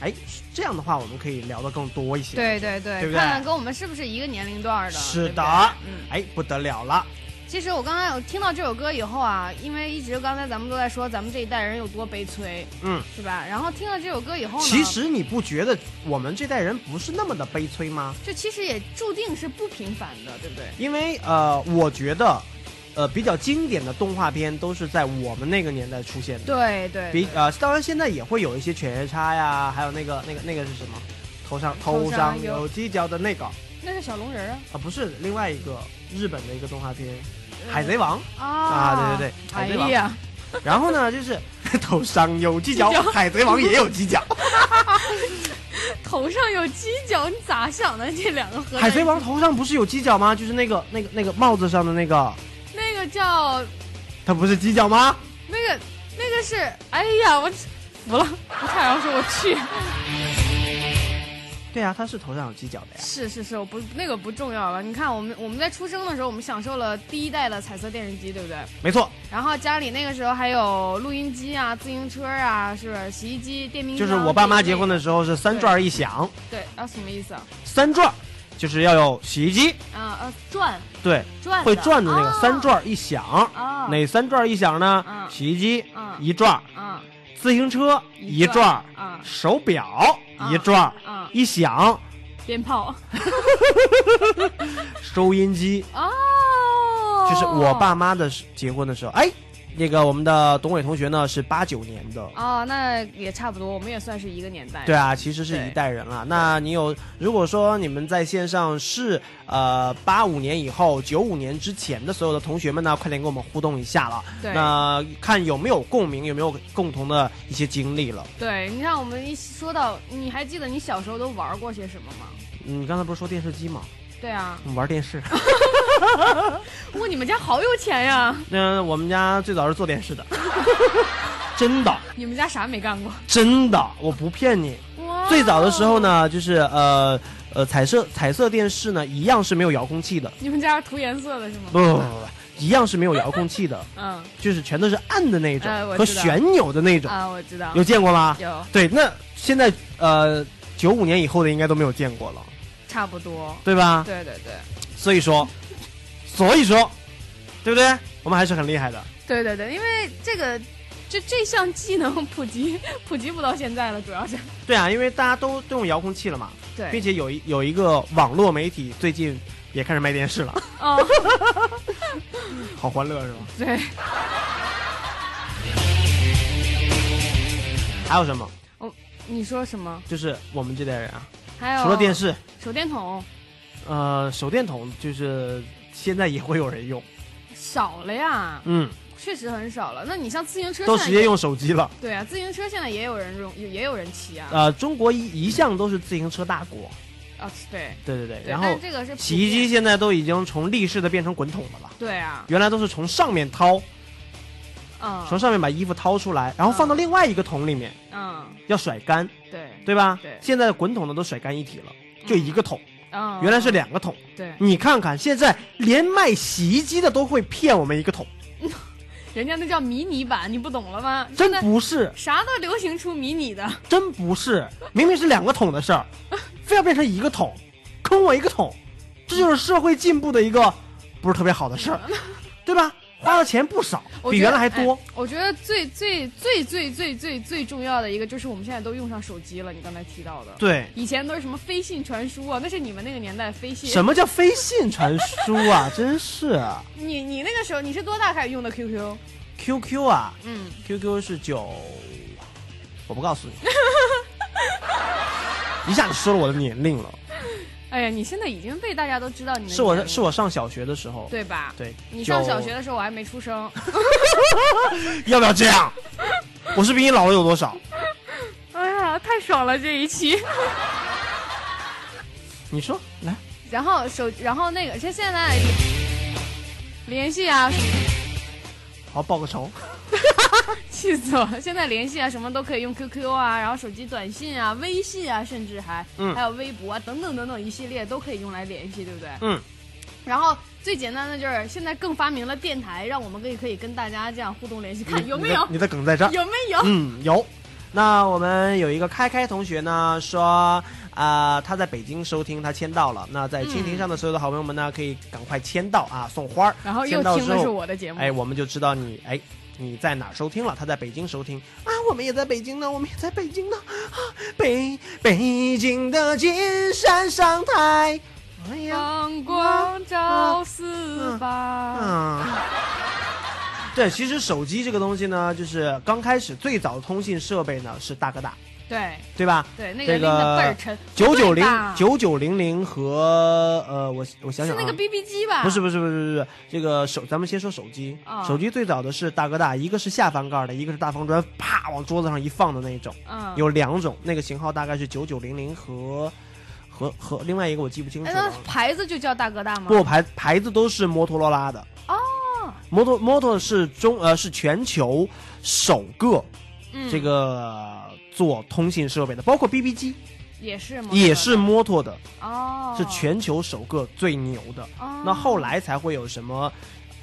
S6: 哎，这样的话我们可以聊得更多一些。
S7: 嗯对对对，
S6: 对不对
S7: 看看跟我们是不是一个年龄段的。
S6: 是
S7: 对不
S6: 的
S7: 对，嗯
S6: 哎，不得了了，
S7: 其实我刚才有听到这首歌以后啊，因为一直刚才咱们都在说咱们这一代人有多悲催，
S6: 嗯。
S7: 是吧？然后听了这首歌以后呢，
S6: 其实你不觉得我们这代人不是那么的悲催吗？
S7: 这其实也注定是不平凡的，对不对？
S6: 因为呃，我觉得，呃，比较经典的动画片都是在我们那个年代出现的。
S7: 对对，
S6: 比呃，当然现在也会有一些犬夜叉呀，还有那个那个那个是什么？头上
S7: 头
S6: 头
S7: 上
S6: 上
S7: 有
S6: 有犄角的那个啊、
S7: 那是小龙人儿
S6: 不是另外一个日本的一个动画片《海贼 王》
S7: 啊
S6: 啊，对对对，海贼
S7: 哎
S6: 王。
S7: 呀，
S6: 然后呢，就是 头上有犄角
S7: 犄角，
S6: 海贼王也有犄 角，
S7: 头上有犄角，你咋想的？这两个合在一起
S6: 海贼王头上不是有犄角吗？就是那个那个那个帽子上的那个，
S7: 那个叫
S6: 它不是犄角吗？
S7: 那个那个是，哎呀，我服了，我差点要说我去。
S6: 对啊，它是头上有犄角的呀。
S7: 是是是，我不那个不重要了。你看，我们我们在出生的时候，我们享受了第一代的彩色电视机，对不对？
S6: 没错，
S7: 然后家里那个时候还有录音机啊、自行车啊，是不是？洗衣机、电冰
S6: 就
S7: 箱。
S6: 是我爸妈结婚的时候是三转
S7: 对
S6: 一响，
S7: 对啊，什么意思啊？
S6: 三转就是要有洗衣机，
S7: 啊啊，转
S6: 对，
S7: 转
S6: 会转的那个
S7: 啊
S6: 三转一响，
S7: 啊，
S6: 哪三转一响呢
S7: 嗯？
S6: 洗衣机
S7: 嗯
S6: 一转，
S7: 啊
S6: 自行车
S7: 一
S6: 一
S7: 转
S6: 转
S7: 嗯，
S6: 手表一转，
S7: 啊，
S6: 一响
S7: 鞭炮
S6: 收音机，
S7: 哦，
S6: 就是我爸妈的时结婚的时候，哎，那个我们的董伟同学呢是八九年的。
S7: 哦，那也差不多，我们也算是一个年代。
S6: 对啊，其实是
S7: 对
S6: 一代人啊。那你有，如果说你们在线上是呃八五年以后、九五年之前的所有的同学们呢，快点跟我们互动一下了。
S7: 对
S6: 那看有没有共鸣，有没有共同的一些经历了。
S7: 对，你看我们一说到，你还记得你小时候都玩过些什么吗？
S6: 嗯你刚才不是说电视机吗？
S7: 对啊，
S6: 我们玩 电视。
S7: 哇，你们家好有钱呀！
S6: 那我们家最早是做电视 的，真的
S7: 你们家啥没干过？
S6: 真的，我不骗你。
S7: 哇
S6: 最早的时候，呢，就是呃呃彩色彩色电视呢，一样是没有遥控器的，
S7: 你们家是涂颜色的是吗？
S6: 不不不不，一样是没有遥控器的。
S7: 嗯
S6: 就是全都是按的那种、
S7: 哎我
S6: 和
S7: 知道
S6: 旋钮的那种，
S7: 啊，我知道
S6: 有见过吗？
S7: 有
S6: 对，那现在呃九五年以后的应该都没有见过了，
S7: 差不多，
S6: 对吧？
S7: 对对对。
S6: 所以说，所以说，对不对？我们还是很厉害的。
S7: 对对对，因为这个这这项技能普及 普及不到现在了，主要是
S6: 对啊，因为大家都都用遥控器了嘛，并
S7: 对
S6: 且有一有一个网络媒体最近也开始卖电视了，
S7: 哦
S6: 好欢乐是吧？
S7: 对，
S6: 还有什么？
S7: 你说什么？
S6: 就是我们这代人啊，
S7: 还有
S6: 除了电、视，
S7: 手电筒
S6: 呃，手电筒就是现在也会有人用，
S7: 少了呀，
S6: 嗯，
S7: 确实很少了。那你像自行车
S6: 都
S7: 现
S6: 直
S7: 在
S6: 接
S7: 也
S6: 用手机了。
S7: 对啊，自行车现在也有人用，也也有人骑啊
S6: 呃，中国一一向都是自行车大国，
S7: 啊对。
S6: 对对对。
S7: 对
S6: 然
S7: 但
S6: 后
S7: 是这个是普
S6: 洗衣
S7: 遍
S6: 机现在都已经从立式的变成滚筒的了，
S7: 对啊，
S6: 原来都是从上面掏，
S7: 嗯
S6: 从上面把衣服掏出来，然后放到另外一个桶里面，
S7: 嗯
S6: 要甩干，
S7: 对
S6: 对吧？
S7: 对
S6: 现在的滚筒呢都甩干一体了，就一个桶，
S7: 嗯，
S6: 原来是两个桶。
S7: 对，
S6: 你看看，现在连卖洗衣机的都会骗我们一个桶，
S7: 人家那叫迷你版，你不懂了吗？
S6: 真
S7: 现在
S6: 不是，
S7: 啥都流行出迷你的，
S6: 真不是，明明是两个桶的事儿，非要变成一个桶，坑我一个桶，这就是社会进步的一个不是特别好的 事儿，对吧？花的钱不少，
S7: 我
S6: 比
S7: 觉得
S6: 原来还多
S7: 哎。我觉得最最最最最最最重要的一个就是我们现在都用上手机了，你刚才提到的。
S6: 对，
S7: 以前都是什么飞信传输啊，那是你们那个年代飞信。
S6: 什？么叫非信传输啊？真是啊
S7: 你你那个时候你是多大开始用的 QQ？
S6: ，QQ 啊
S7: 嗯，
S6: ，QQ 是九，我不告诉你， 一下子说了我的年龄了，
S7: 哎呀，你现在已经被大家都知道你的
S6: 是我
S7: 年龄
S6: 是我上小学的时候，
S7: 对吧？
S6: 对，
S7: 你上
S6: 就
S7: 小学的时候我还没出生，
S6: 要不要这样？我是比你老了有多少？
S7: 哎呀，太爽了这一期。
S6: 你说来。
S7: 然后手，然后那个，这现在联系啊，什么
S6: 好报个仇。
S7: 气死我！了！现在联系啊，什么都可以用 QQ 啊，然后手机短信啊、微信啊，甚至还、
S6: 嗯
S7: 还有微博啊等等等等一系列都可以用来联系，对不对？
S6: 嗯。
S7: 然后最简单的就是现在更发明了电台，让我们可以可以跟大家这样互动联系，看有没有
S6: 你的梗在这儿。
S7: 有没有。
S6: 嗯，有。那我们有一个开开同学呢说，啊、他在北京收听，他签到了。那在蜻蜓上的所有的好朋友们呢，可以赶快签到啊，送花儿。
S7: 然后又
S6: 签到
S7: 听的
S6: 之后
S7: 是我的节目
S6: 哎，我们就知道你哎你在哪儿收听了。他在北京收听啊，我们也在北京呢，我们也在北京呢。啊、北北京的金山上台，哎呀，
S7: 阳光
S6: 嗯
S7: 照四方。
S6: 啊。对，其实手机这个东西呢，就是刚开始最早通信设备呢是大哥大，
S7: 对
S6: 对吧？
S7: 对，那个
S6: 这
S7: 拎的倍儿
S6: 个
S7: 沉，
S6: 九九
S7: 不对
S6: 零
S7: 吧
S6: 九九零零和呃，我我想
S7: 是
S6: 想啊
S7: 那个，BB 机吧？
S6: 不是不是不是不是这个手，咱们先说手机
S7: 啊。
S6: 手机最早的是大哥大，一个是下翻盖的，一个是大方砖，啪往桌子上一放的那种。
S7: 嗯，
S6: 有两种，那个型号大概是九九零零和和和另外一个我记不清楚
S7: 哎，那
S6: 了。
S7: 牌子就叫大哥大吗？
S6: 不牌牌子都是摩托罗拉的。
S7: 哦，
S6: 摩托摩托是中呃是全球首个
S7: 嗯，
S6: 这个做通信设备的，包括 BB 机
S7: 也是吗？
S6: 也是摩托的，
S7: 哦，
S6: 是全球首个最牛的。
S7: 哦。
S6: 那后来才会有什么，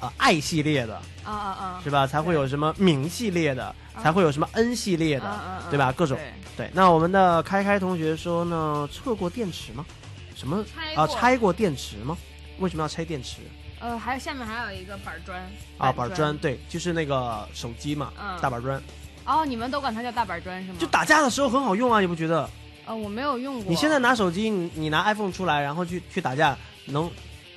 S6: 呃，i 系列的，
S7: 啊啊啊，
S6: 是吧？才会有什么明系列的，才会有什么 n 系列
S7: 嗯嗯
S6: 的，
S7: 嗯
S6: 对吧？各种
S7: 对
S6: 对。那我们的开开同学说呢，测过电池吗？什么
S7: 拆过
S6: 啊？拆过电池吗？为什么要拆电池
S7: 呃，还有下面还有一个板砖
S6: 啊？板砖。对，就是那个手机嘛，
S7: 嗯
S6: 大板砖，
S7: 哦，你们都管它叫大板砖是吗？
S6: 就打架的时候很好用啊，你不觉得？
S7: 呃，我没有用过。
S6: 你现在拿手机，你你拿 iPhone 出来，然后去去打架，能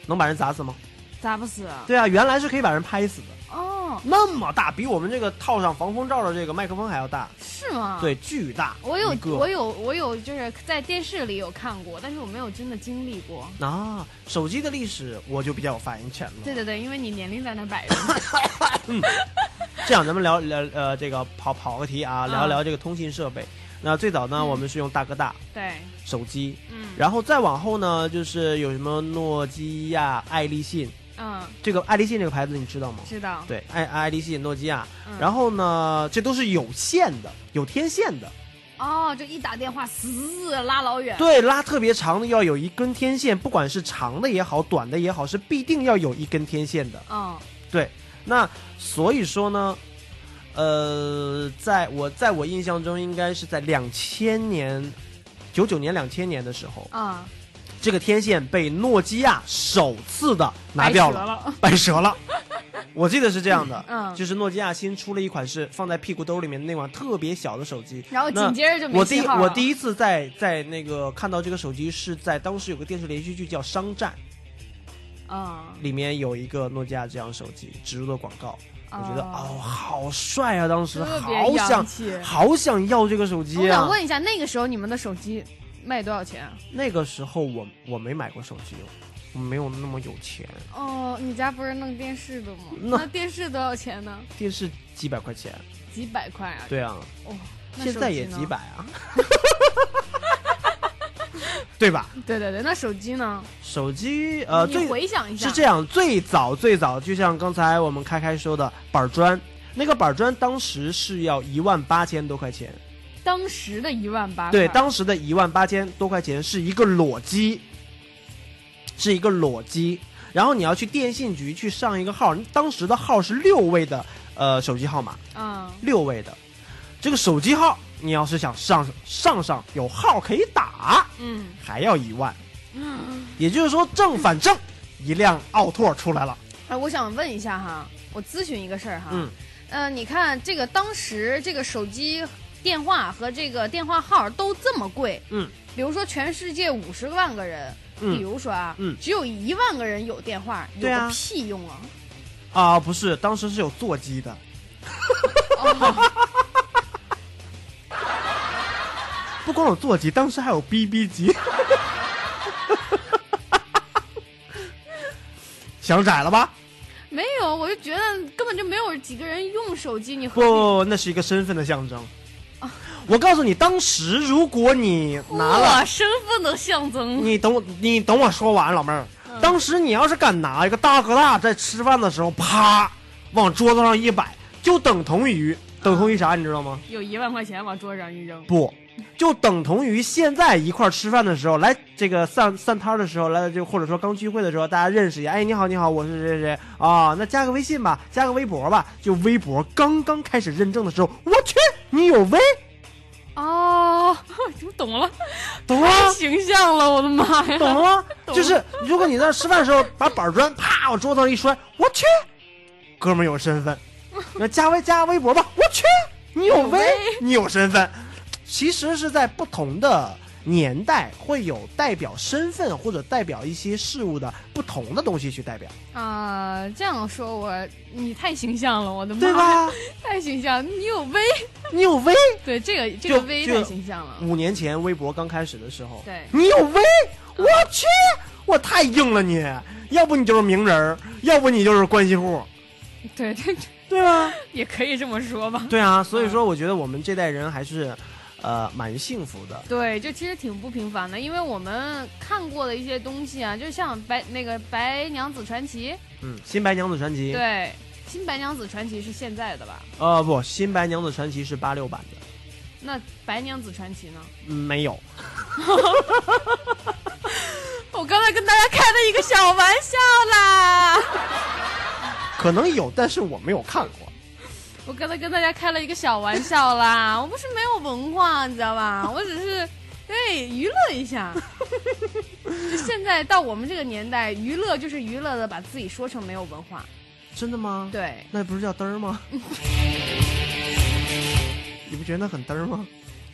S6: 能把人砸死吗？
S7: 砸不死。
S6: 对啊，原来是可以把人拍死的，
S7: 哦，
S6: 那么大，比我们这个套上防风罩的这个麦克风还要大，
S7: 是吗？。
S6: 对，巨大。
S7: 我有
S6: 一，个
S7: 我有，我有，就是在电视里有看过，但是我没有真的经历过。
S6: 啊，手机的历史我就比较有发言权了。嗯
S7: 对对对，因为你年龄在那摆着。
S6: 这样咱们聊聊呃，这个跑跑个题啊，聊一聊这个通信设备。那最早呢，我们是用大哥大
S7: 对，
S6: 手机，
S7: 嗯
S6: 然后再往后呢，就是有什么诺基亚、爱立信，
S7: 嗯，
S6: 这个爱立信这个牌子你知道吗？
S7: 知道。
S6: 对，爱爱立信、诺基亚，
S7: 嗯
S6: 然后呢，这都是有线的，有天线的，
S7: 哦，这一打电话，嘶，拉老远。
S6: 对，拉特别长的要有一根天线，不管是长的也好，短的也好，是必定要有一根天线的。
S7: 嗯，
S6: 对，那所以说呢，呃，在我在我印象中，应该是在两千年。九九年、两千年的时候，
S7: 啊、
S6: 这个天线被诺基亚首次的拿掉了，掰折 了。我记得是这样的，
S7: 嗯嗯
S6: 就是诺基亚新出了一款是放在屁股兜里面那款特别小的手机，
S7: 然后
S6: 那
S7: 紧接着就没
S6: 我第一
S7: 信号了
S6: 我第一次在在那个看到这个手机是在当时有个电视连续剧叫《商战》，
S7: 嗯，
S6: 里面有一个诺基亚这样手机植入的广告，我觉得
S7: 哦
S6: 哦好帅啊，当时
S7: 特别
S6: 好
S7: 洋
S6: 想
S7: 气
S6: 好想要这个手
S7: 我
S6: 机啊
S7: 想。问一下，那个时候你们的手机卖多少钱啊？
S6: 那个时候我我没买过手机，哦我没有那么有钱，
S7: 哦，你家不是弄电视的吗？
S6: 那
S7: 那电视多少钱呢？
S6: 电视几百块钱，
S7: 几百块啊！
S6: 对啊，
S7: 哦，那
S6: 现在也
S7: 手机呢
S6: 几百。啊， 对吧？
S7: 对对对，那手机呢？
S6: 手机呃
S7: 你
S6: 最
S7: 回想一下，
S6: 是这样，最早最早就像刚才我们开开说的板砖，那个板砖当时是要一万八千多块钱。
S7: 当时的一万八。
S6: 对，当时的一万八千多块钱是一个裸机，是一个裸机。然后你要去电信局去上一个号，当时的号是六位的，呃，手机号码
S7: 嗯
S6: 六位的。这个手机号，你要是想上上上有号可以打，
S7: 嗯，
S6: 还要一万。也就是说正反正，一辆奥拓出来了。
S7: 哎，我想问一下哈，我咨询一个事儿哈。
S6: 嗯。
S7: 呃，你看这个当时这个手机电话和这个电话号都这么贵，
S6: 嗯，
S7: 比如说全世界五十万个人，
S6: 嗯
S7: 比如说啊，
S6: 嗯
S7: 只有一万个人有电话，有
S6: 对啊
S7: 个屁用啊！
S6: 啊、不是，当时是有座机的。 不光有座机，当时还有 BB 机。 想窄了吧？
S7: 没有，我就觉得根本就没有几个人用手机，你
S6: 不
S7: 何必
S6: 那是一个身份的象征。我告诉你，当时如果你拿了
S7: 哇，身份的象征？
S6: 你等我，你等我说完，老妹儿。当时你要是敢拿一个大哥大在吃饭的时候，啪往桌子上一摆，就等同于等同于啥，你知道吗？
S7: 有一万块钱往桌上一扔，
S6: 不，就等同于现在一块儿吃饭的时候，来这个散散摊儿的时候，来就或者说刚聚会的时候，大家认识一下。哎，你好，你好，我是谁谁谁啊？那加个微信吧，加个微博吧。就微博刚刚开始认证的时候，我去，你有微？
S7: 哦，懂了，
S6: 懂了吗
S7: 太形象了，我的妈呀！
S6: 懂了吗？
S7: 懂
S6: 就是如果你在那吃饭的时候把板砖啪往桌子上一摔，我去，哥们儿有身 份。你说加微加微博吧，我去，你有微，你有身份。其实是在不同的年代会有代表身份或者代表一些事物的不同的东西去代表，
S7: 啊、这样说我你太形象了，我的妈
S6: 对
S7: 呀！
S6: 吧？
S7: 太形象，你有微，
S6: 你有微，
S7: 对这个这
S6: 就
S7: 个微
S6: 就嗯
S7: 太形象了，
S6: 五年前微博刚开始的时候，
S7: 对
S6: 你有微，我去，我太硬了你，要不你就是名人儿，要不你就是关系户，
S7: 对对，
S6: 对啊吧？
S7: 也可以这么说吧。
S6: 对啊，所以说我觉得我们这代人还是，呃，蛮幸福的。
S7: 对，就其实挺不平凡的，因为我们看过的一些东西啊，就像白那个《白娘子传奇》，
S6: 嗯，《新白娘子传奇》
S7: 对，《新白娘子传奇》是现在的吧？
S6: 呃不，《新白娘子传奇》是八六版的，
S7: 那《白娘子 传奇》呢？
S6: 嗯，没有。
S7: 我刚才跟大家开了一个小玩笑啦，
S6: 可能有，但是我没有看过。
S7: 我刚才跟大家开了一个小玩笑啦，我不是没有文化，你知道吧？我只是。对，娱乐一下。就现在到我们这个年代，娱乐就是娱乐的，把自己说成没有文化。
S6: 真的吗？，
S7: 对，
S6: 那不是叫嘚儿 吗？你不觉得那很嘚儿吗？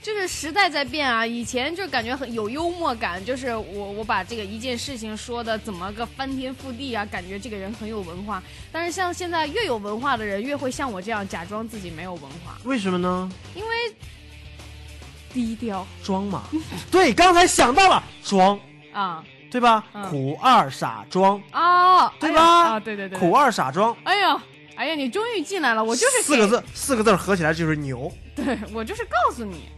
S7: 就是时代在变啊，以前就感觉很有幽默感，就是我我把这个一件事情说的怎么个翻天覆地啊，感觉这个人很有文化。但是像现在越有文化的人，越会像我这样假装自己没有文化，
S6: 为什么呢？
S7: 因为低调
S6: 装嘛。对，刚才想到了装，
S7: 啊
S6: 对吧？
S7: 嗯
S6: 苦二傻装，
S7: 哦，
S6: 对
S7: 哎呀
S6: 吧
S7: 啊，对对对，
S6: 苦二傻装，
S7: 哎呦，哎呀，你终于进来了，我就是
S6: 四个
S7: 给
S6: 字，四个字儿合起来就是牛。
S7: 对我就是告诉你，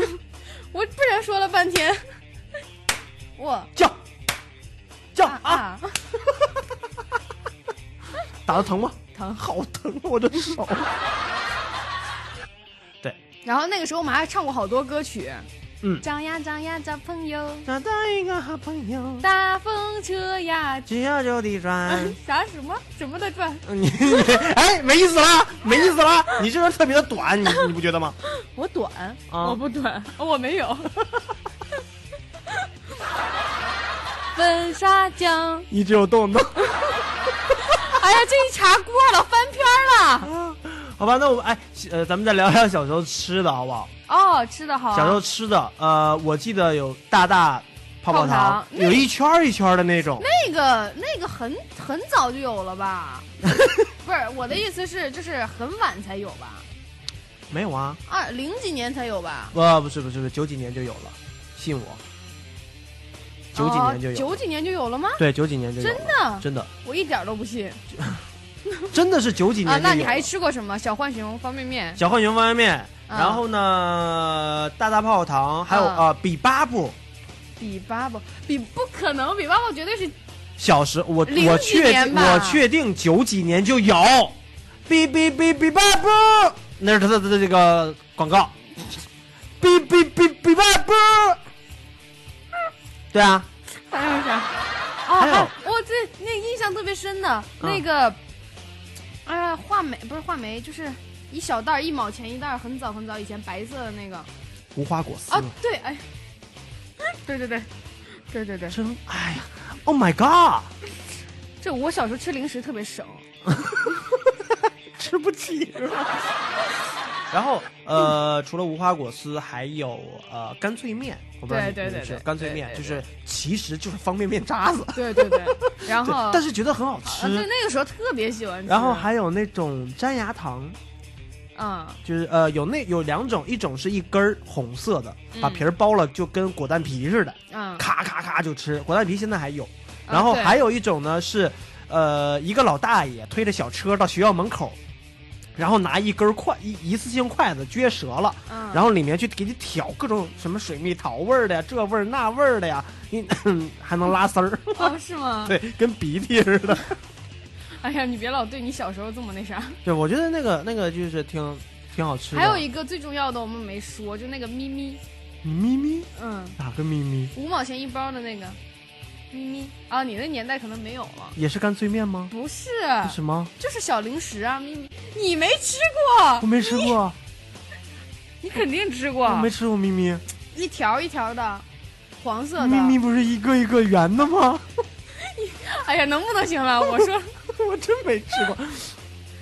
S7: 我不然说了半天，我
S6: 叫叫
S7: 啊
S6: 啊！
S7: 啊
S6: 打的疼吗？
S7: 疼。
S6: 好疼啊， 我的手。
S7: 然后那个时候我们还唱过好多歌曲，
S6: 嗯
S7: 找呀找呀找朋友，
S6: 找到一个好朋友，
S7: 大风车呀，
S6: 只要就地转。
S7: 啥什么什么的转，
S6: 你 你哎，没意思啦，没意思啦！你这段特别的短，你你不觉得吗？
S7: 我短，
S6: 啊
S7: 我不短，我没有。 粉刷匠，
S6: 你只有动动。
S7: 哎呀，这一茬过了，翻篇儿了。
S6: 好吧，那我们哎，呃，咱们再聊聊小时候吃的好不好？
S7: 哦，吃的好啊，
S6: 小时候吃的，呃，我记得有大大泡泡
S7: 泡
S6: 糖
S7: 糖，那
S6: 有一圈儿一圈儿的那种。
S7: 那个那个很很早就有了 吧？不是，我的意思是，就是很晚才有吧？
S6: 没有啊？
S7: 二零几年才有吧？
S6: 呃，不是不是不是，九几年就有了，信我。九几年就有
S7: 哦
S6: 了，
S7: 九几年就有了吗？
S6: 对，九几年就有
S7: 真
S6: 了，
S7: 的，啊
S6: 真的
S7: 我一点儿都不信
S6: 真的是九几
S7: 啊
S6: 年！就有了。
S7: 那你还吃过什么？小浣熊方便面
S6: 小浣熊方便面，
S7: 嗯
S6: 然后呢，大大泡泡糖，还有
S7: 嗯
S6: 啊、呃比巴布。
S7: 比巴布比不可能，比巴布绝对是
S6: 小时我
S7: 零几
S6: 我确
S7: 年
S6: 定
S7: 吧
S6: 我确定九几年就有，比比比比巴布，那是他的他的这个广告，比比比比巴布。对啊，
S7: 还有 啥？
S6: 还有
S7: 哦，我、哦、这那印象特别深的、
S6: 嗯
S7: 那个，哎呀，话梅不是话梅，就是一小袋儿一毛钱一袋儿，很早很早以前白色的那个
S6: 无花果丝
S7: 啊，对，哎，对对对，对对对，
S6: 真哎呀，Oh my god，
S7: 这我小时候吃零食特 别省，
S6: 吃不起。然后呃，除了无花果丝，还有呃干脆面，我不知道
S7: 对
S6: 你
S7: 对
S6: 你们
S7: 对
S6: 吃
S7: 对
S6: 干脆
S7: 对
S6: 面
S7: 对
S6: 就是其实就是方便面渣子，
S7: 对对对，然
S6: 对
S7: 后，
S6: 但是觉得很好
S7: 啊，对
S6: 吃。
S7: 哦那个时候特别喜欢吃，
S6: 然后还有那种粘牙糖，
S7: 嗯。
S6: 就是呃有那有两种，一种是一根儿红色的，
S7: 嗯
S6: 把皮儿剥了就跟果蛋皮似的，
S7: 嗯，
S6: 咔咔咔就吃。果蛋皮现在还有，
S7: 啊
S6: 然后
S7: 对
S6: 还有一种呢是，呃一个老大爷推着小车到学校门口，然后拿一根筷一一次性筷子撅折了。
S7: 嗯，
S6: 然后里面去给你挑各种什么水蜜桃味儿的呀，这味儿那味儿的呀，你 还能拉丝儿，
S7: 哦，是吗？
S6: 对，跟鼻涕似的。
S7: 哎呀，你别老对你小时候这么那啥。
S6: 对，我觉得那个那个就是挺挺好吃的。
S7: 还有一个最重要的我们没说，就那个咪咪，
S6: 咪咪，
S7: 嗯，
S6: 哪个咪咪？
S7: 五毛钱一包的那个咪咪啊，你那年代可能没有了。
S6: 也是干脆面吗？
S7: 不是，
S6: 是什么？
S7: 就是小零食啊，咪咪，你没吃过
S6: 我，没吃过。
S7: 你肯定吃过
S6: 我，没吃过咪
S7: 啊
S6: 咪，
S7: 一条一条的，黄色的。
S6: 咪咪不是一个一个圆的吗？
S7: 哎呀，能不能行 了？我说
S6: 我真没吃过，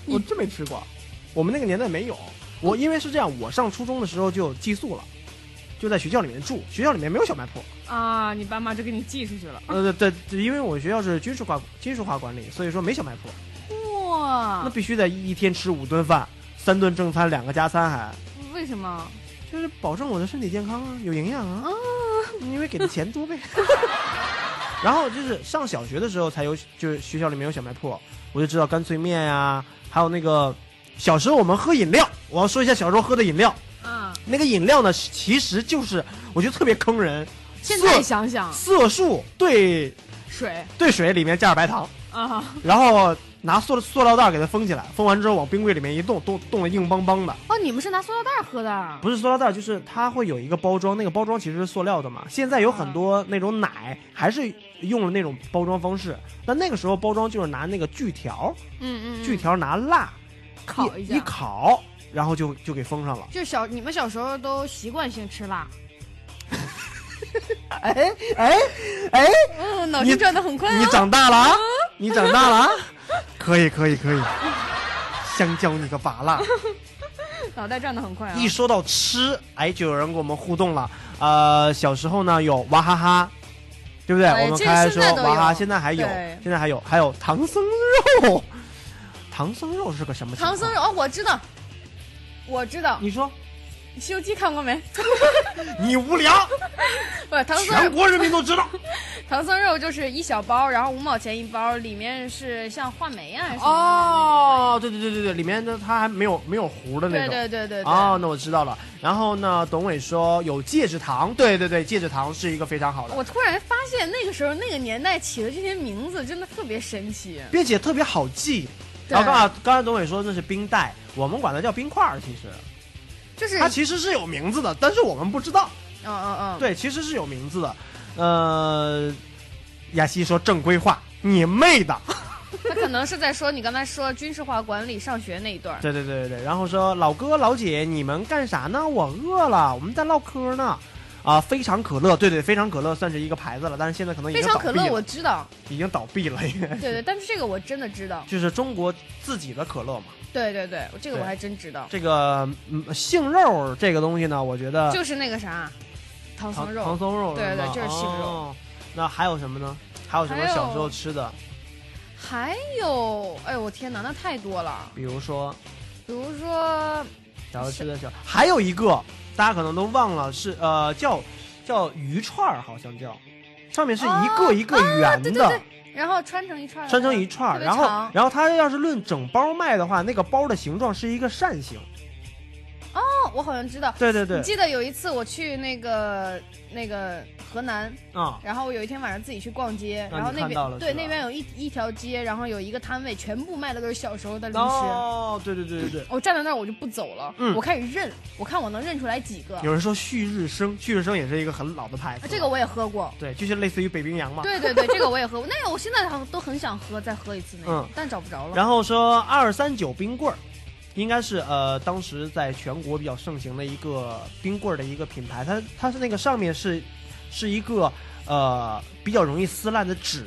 S6: 我真没吃过，我们那个年代没有。我因为是这样，我上初中的时候就有寄宿了，就在学校里面住，学校里面没有小卖铺。
S7: 啊，你爸妈就给你寄出去了。
S6: 呃，对，对因为我学校是军事化军事化管理，所以说没小卖铺，那
S7: 哇，
S6: 必须得一天吃五顿饭，三顿正餐，两个加餐还。
S7: 为什么？
S6: 就是保证我的身体健康啊，有营养啊，因为给的钱多呗。 然后就是上小学的时候才有，就是学校里面有小卖铺，我就知道干脆面呀、还有那个小时候我们喝饮料，我要说一下小时候喝的饮料，
S7: 啊，
S6: 那个饮料呢，其实就是我觉得特别坑人，
S7: 现在
S6: 色
S7: 想想，
S6: 色素兑
S7: 水
S6: 兑水里面加点白糖，
S7: 啊，
S6: 然后拿塑塑料袋给它封起来，封完之后往冰柜里面一冻，冻冻得硬邦邦的。
S7: 哦，你们是拿塑料袋喝的？
S6: 不是塑料袋，就是它会有一个包装，那个包装其实是塑料的嘛。现在有很多那种奶还是用了那种包装方式，但那个时候包装就是拿那个锯条，
S7: 嗯嗯，嗯
S6: 锯条拿蜡
S7: 烤一下
S6: 一烤，然后就就给封上了。
S7: 就是小你们小时候都习惯性吃辣，
S6: 哎哎哎，
S7: 嗯， 脑筋转得很快啊。
S6: 你长大了啊，你长大了啊，可以可以可以，香蕉你个拔蜡。
S7: 脑袋转得很快啊。
S6: 一说到吃，哎，就有人跟我们互动了。呃，小时候呢有娃哈哈，对不对？
S7: 哎
S6: 我们
S7: 这
S6: 开始
S7: 现
S6: 说
S7: 在都
S6: 娃哈哈，
S7: 有
S6: 现在还有
S7: 对，
S6: 现在还有，还有唐僧肉。唐僧肉是个什么？
S7: 唐僧，肉，哦，我知道，我知道，
S6: 你说
S7: 《西游记》看过没？
S6: 你无聊，
S7: 不是唐僧
S6: 全
S7: 肉，
S6: 国人民都知道。
S7: 唐僧肉就是一小包，然后五毛钱一包，里面是像话梅啊还是什么
S6: 哦，对对对对对，里面的它还没有没有糊的
S7: 的那
S6: 那种。
S7: 种。对对对对对。
S6: 哦，那我知道了。然后呢，董伟说有戒指糖，对对对，戒指糖是一个非常好的。
S7: 我突然发现，那个时候那个年代起的这些名字真的特别神奇。
S6: 并且特别好记。
S7: 对
S6: 然后刚才刚才董伟说那是冰袋，我们管它叫冰块儿，其实
S7: 就是，
S6: 它其实是有名字的，但是我们不知道。
S7: 嗯嗯嗯，
S6: 对，其实是有名字的。呃，雅西说正规化，你妹的！
S7: 他可能是在说你刚才说军事化管理上学那一段儿。
S6: 对对对对对。然后说老哥老姐，你们干啥呢？我饿了，我们在唠嗑呢。啊，非常可乐，对对，非常可乐算是一个牌子了，但是现在可能已
S7: 非
S6: 经
S7: 常
S6: 倒
S7: 可
S6: 闭
S7: 乐我
S6: 了，
S7: 知道，
S6: 已经倒闭了，应该
S7: 对对，但是这个我真的知道，
S6: 就是中国自己的可乐嘛。
S7: 对对对，这个我
S6: 对
S7: 还真知道，
S6: 这个嗯杏肉这个东西呢，我觉得
S7: 就是那个啥，唐僧
S6: 唐
S7: 肉，
S6: 啊唐僧肉是吗，
S7: 对对就是杏肉
S6: 哦。那还有什么呢？还有什么
S7: 还有
S6: 小时候吃的？
S7: 还有，哎呦我天哪，那太多了，
S6: 比如说
S7: 比如说
S6: 小时候吃的小，还有一个大家可能都忘了，是呃叫叫鱼串儿，好像叫，上面是一个一个圆
S7: 哦啊对对
S6: 的
S7: 对，，然后穿成一串儿，
S6: 拴成一串儿，
S7: 特别
S6: 然后
S7: 长
S6: 然后它要是论整包卖的话，那个包的形状是一个扇形。
S7: 哦，我好像知道。
S6: 对对对
S7: 你，记得有一次我去那个那个河南，
S6: 啊，
S7: 然后我有一天晚上自己去逛街，
S6: 啊
S7: 然后
S6: 你
S7: 那
S6: 看到了
S7: 边对
S6: 是吧
S7: 那边有一一条街，然后有一个摊位，全部卖的都是小时候的零食。
S6: 哦，对对对对对。
S7: 我站在那儿我就不走了，
S6: 嗯
S7: 我开始认，我看我能认出来几个。啊
S6: 有人说旭日升，旭日升也是一个很老的牌子，
S7: 这个我也喝过，
S6: 对，就是类似于北冰洋嘛。
S7: 对对对，这个我也喝过。那个我现在都很想喝，再喝一次那个，
S6: 嗯
S7: 但找不着了。
S6: 然后说二三九冰棍儿，应该是呃当时在全国比较盛行的一个冰棍儿的一个品牌，它它是那个上面是是一个呃比较容易撕烂的纸，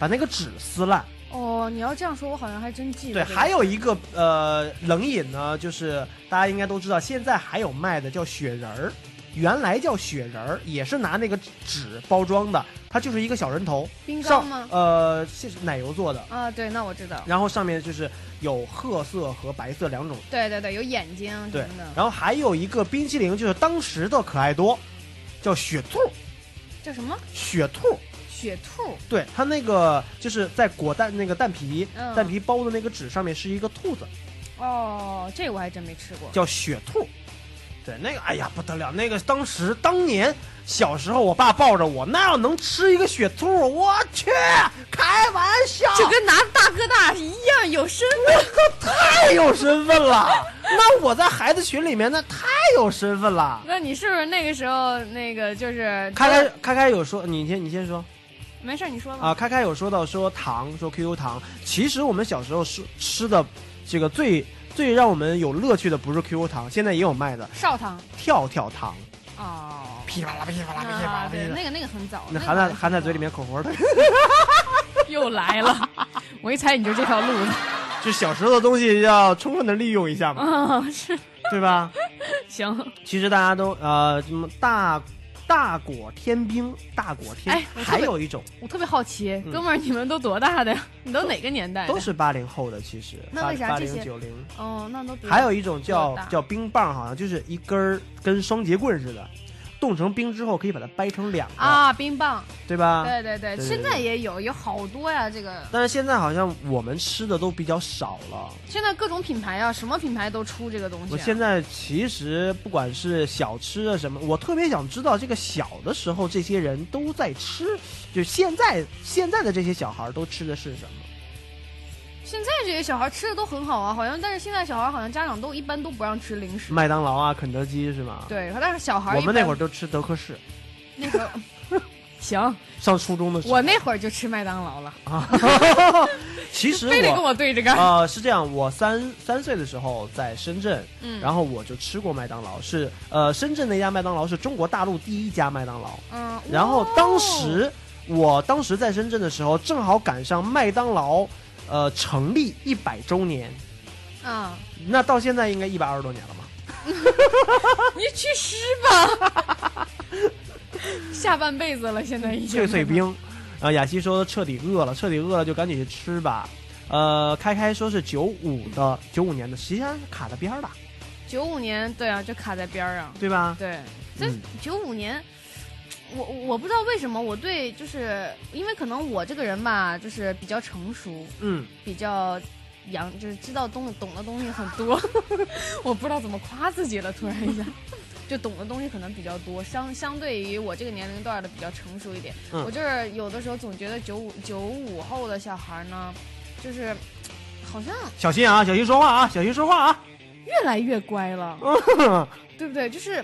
S6: 把那个纸撕烂。
S7: 哦，你要这样说，我好像还真记
S6: 对，
S7: 得。
S6: 还有一个呃冷饮呢，就是大家应该都知道，现在还有卖的叫雪人儿。原来叫雪人儿，也是拿那个纸包装的，它就是一个小人头，
S7: 冰糕
S6: 上
S7: 吗？
S6: 呃是奶油做的，
S7: 啊，对，那我知道。
S6: 然后上面就是有褐色和白色两种
S7: 对对对，有眼睛什
S6: 对
S7: 么的，，
S6: 然后还有一个冰淇淋，就是当时的可爱多，叫雪兔，
S7: 叫什么
S6: 雪兔，
S7: 雪兔？
S6: 对，它那个就是在裹蛋那个蛋皮，
S7: 嗯
S6: 蛋皮包的那个纸上面是一个兔子，
S7: 哦，这个我还真没吃过。
S6: 叫雪兔。对，那个哎呀不得了，那个当时当年小时候，我爸抱着我，那要能吃一个雪兔，我去，开玩笑，
S7: 就跟拿大哥大一样有身份。
S6: 太有身份了。那我在孩子群里面，那太有身份了。
S7: 那你是不是那个时候那个就是
S6: 开开开开有说，你先你先说。
S7: 没事，你说吧。
S6: 啊，开开有说到说糖，说 QQ 糖，其实我们小时候吃吃的这个最最让我们有乐趣的不是 QQ 糖，现在也有卖的
S7: 少糖
S6: 跳跳糖，
S7: 哦，
S6: 噼啪啦噼啪啦噼啪
S7: 啊
S6: 啦，噼
S7: 对，
S6: 啪
S7: 那
S6: 啦，
S7: 个那个很早，
S6: 那
S7: 个
S6: 含在含在嘴里面口活的，
S7: 又来了， 我一猜你就这条路 的，
S6: 就小时候的东西要充分的利用一下 嘛，
S7: 啊，是，
S6: 对吧？
S7: 行，
S6: 其实大家都呃什么大大果天兵，大果天，
S7: 哎我特别
S6: 还有一种
S7: 我特别好奇，哥们儿，你们都多 大的呀？你都哪个年代的？
S6: 嗯都是八零后的，其实
S7: 那为啥
S6: 八
S7: 这
S6: 零
S7: 些
S6: 九零。
S7: 哦，那都比
S6: 还有一种叫
S7: 比我大
S6: 叫冰棒，好像就是一根儿跟双节棍似的，冻成冰之后可以把它掰成两个，啊
S7: 啊，冰棒，
S6: 对吧？
S7: 对对对，现在。也有，有好多呀，这个
S6: 但是现在好像我们吃的都比较少了。
S7: 现在各种品牌啊，什么品牌都出这个东西
S6: 我
S7: 啊。
S6: 现在其实不管是小吃啊什么，我特别想知道这个小的时候这些人都在吃，就现在现在的这些小孩都吃的是什么？
S7: 现在这些小孩吃的都很好啊，好像但是现在小孩好像家长都一般都不让吃零食。
S6: 麦当劳啊，肯德基是吗？。
S7: 对，但是小孩
S6: 我们那会
S7: 儿
S6: 儿都吃德克士，
S7: 一般 那会儿行，
S6: 上初中的时候。
S7: 我那会儿就吃麦当劳了，
S6: 啊， 其实
S7: 非得跟我对着干
S6: 啊，是这样，我三三岁的时候在深圳，
S7: 嗯
S6: 然后我就吃过麦当劳，是呃，深圳那家麦当劳是中国大陆第一家麦当劳。
S7: 嗯，
S6: 然后当时我当时在深圳的时候，正好赶上麦当劳呃成立一百周年，
S7: 嗯，
S6: 那到现在应该一百二十多年 了吧？
S7: 你去吃吧， 下半辈子了，现在已经
S6: 脆脆冰。然后啊雅琪说彻底饿了，彻底饿了就赶紧去吃吧。呃，开开说是九五的，九五年的，实际上是卡在边儿的，
S7: 九五年，对啊，就卡在边儿上。
S6: 对吧？
S7: 对，这
S6: 嗯
S7: 九五年，我我不知道为什么，我对就是因为可能我这个人吧，就是比较成熟，
S6: 嗯，
S7: 比较洋，就是知道东懂的东西很多， 我不知道怎么夸自己了，突然 一下。就懂的东西可能比较多，相相对于我这个年龄段的比较成熟一点。
S6: 嗯
S7: 我就是有的时候总觉得九五九五后的小孩呢，就是好像
S6: 小心啊，小心说话啊，小心说话啊。
S7: 越来越乖 了，
S6: 嗯
S7: 对不对？就是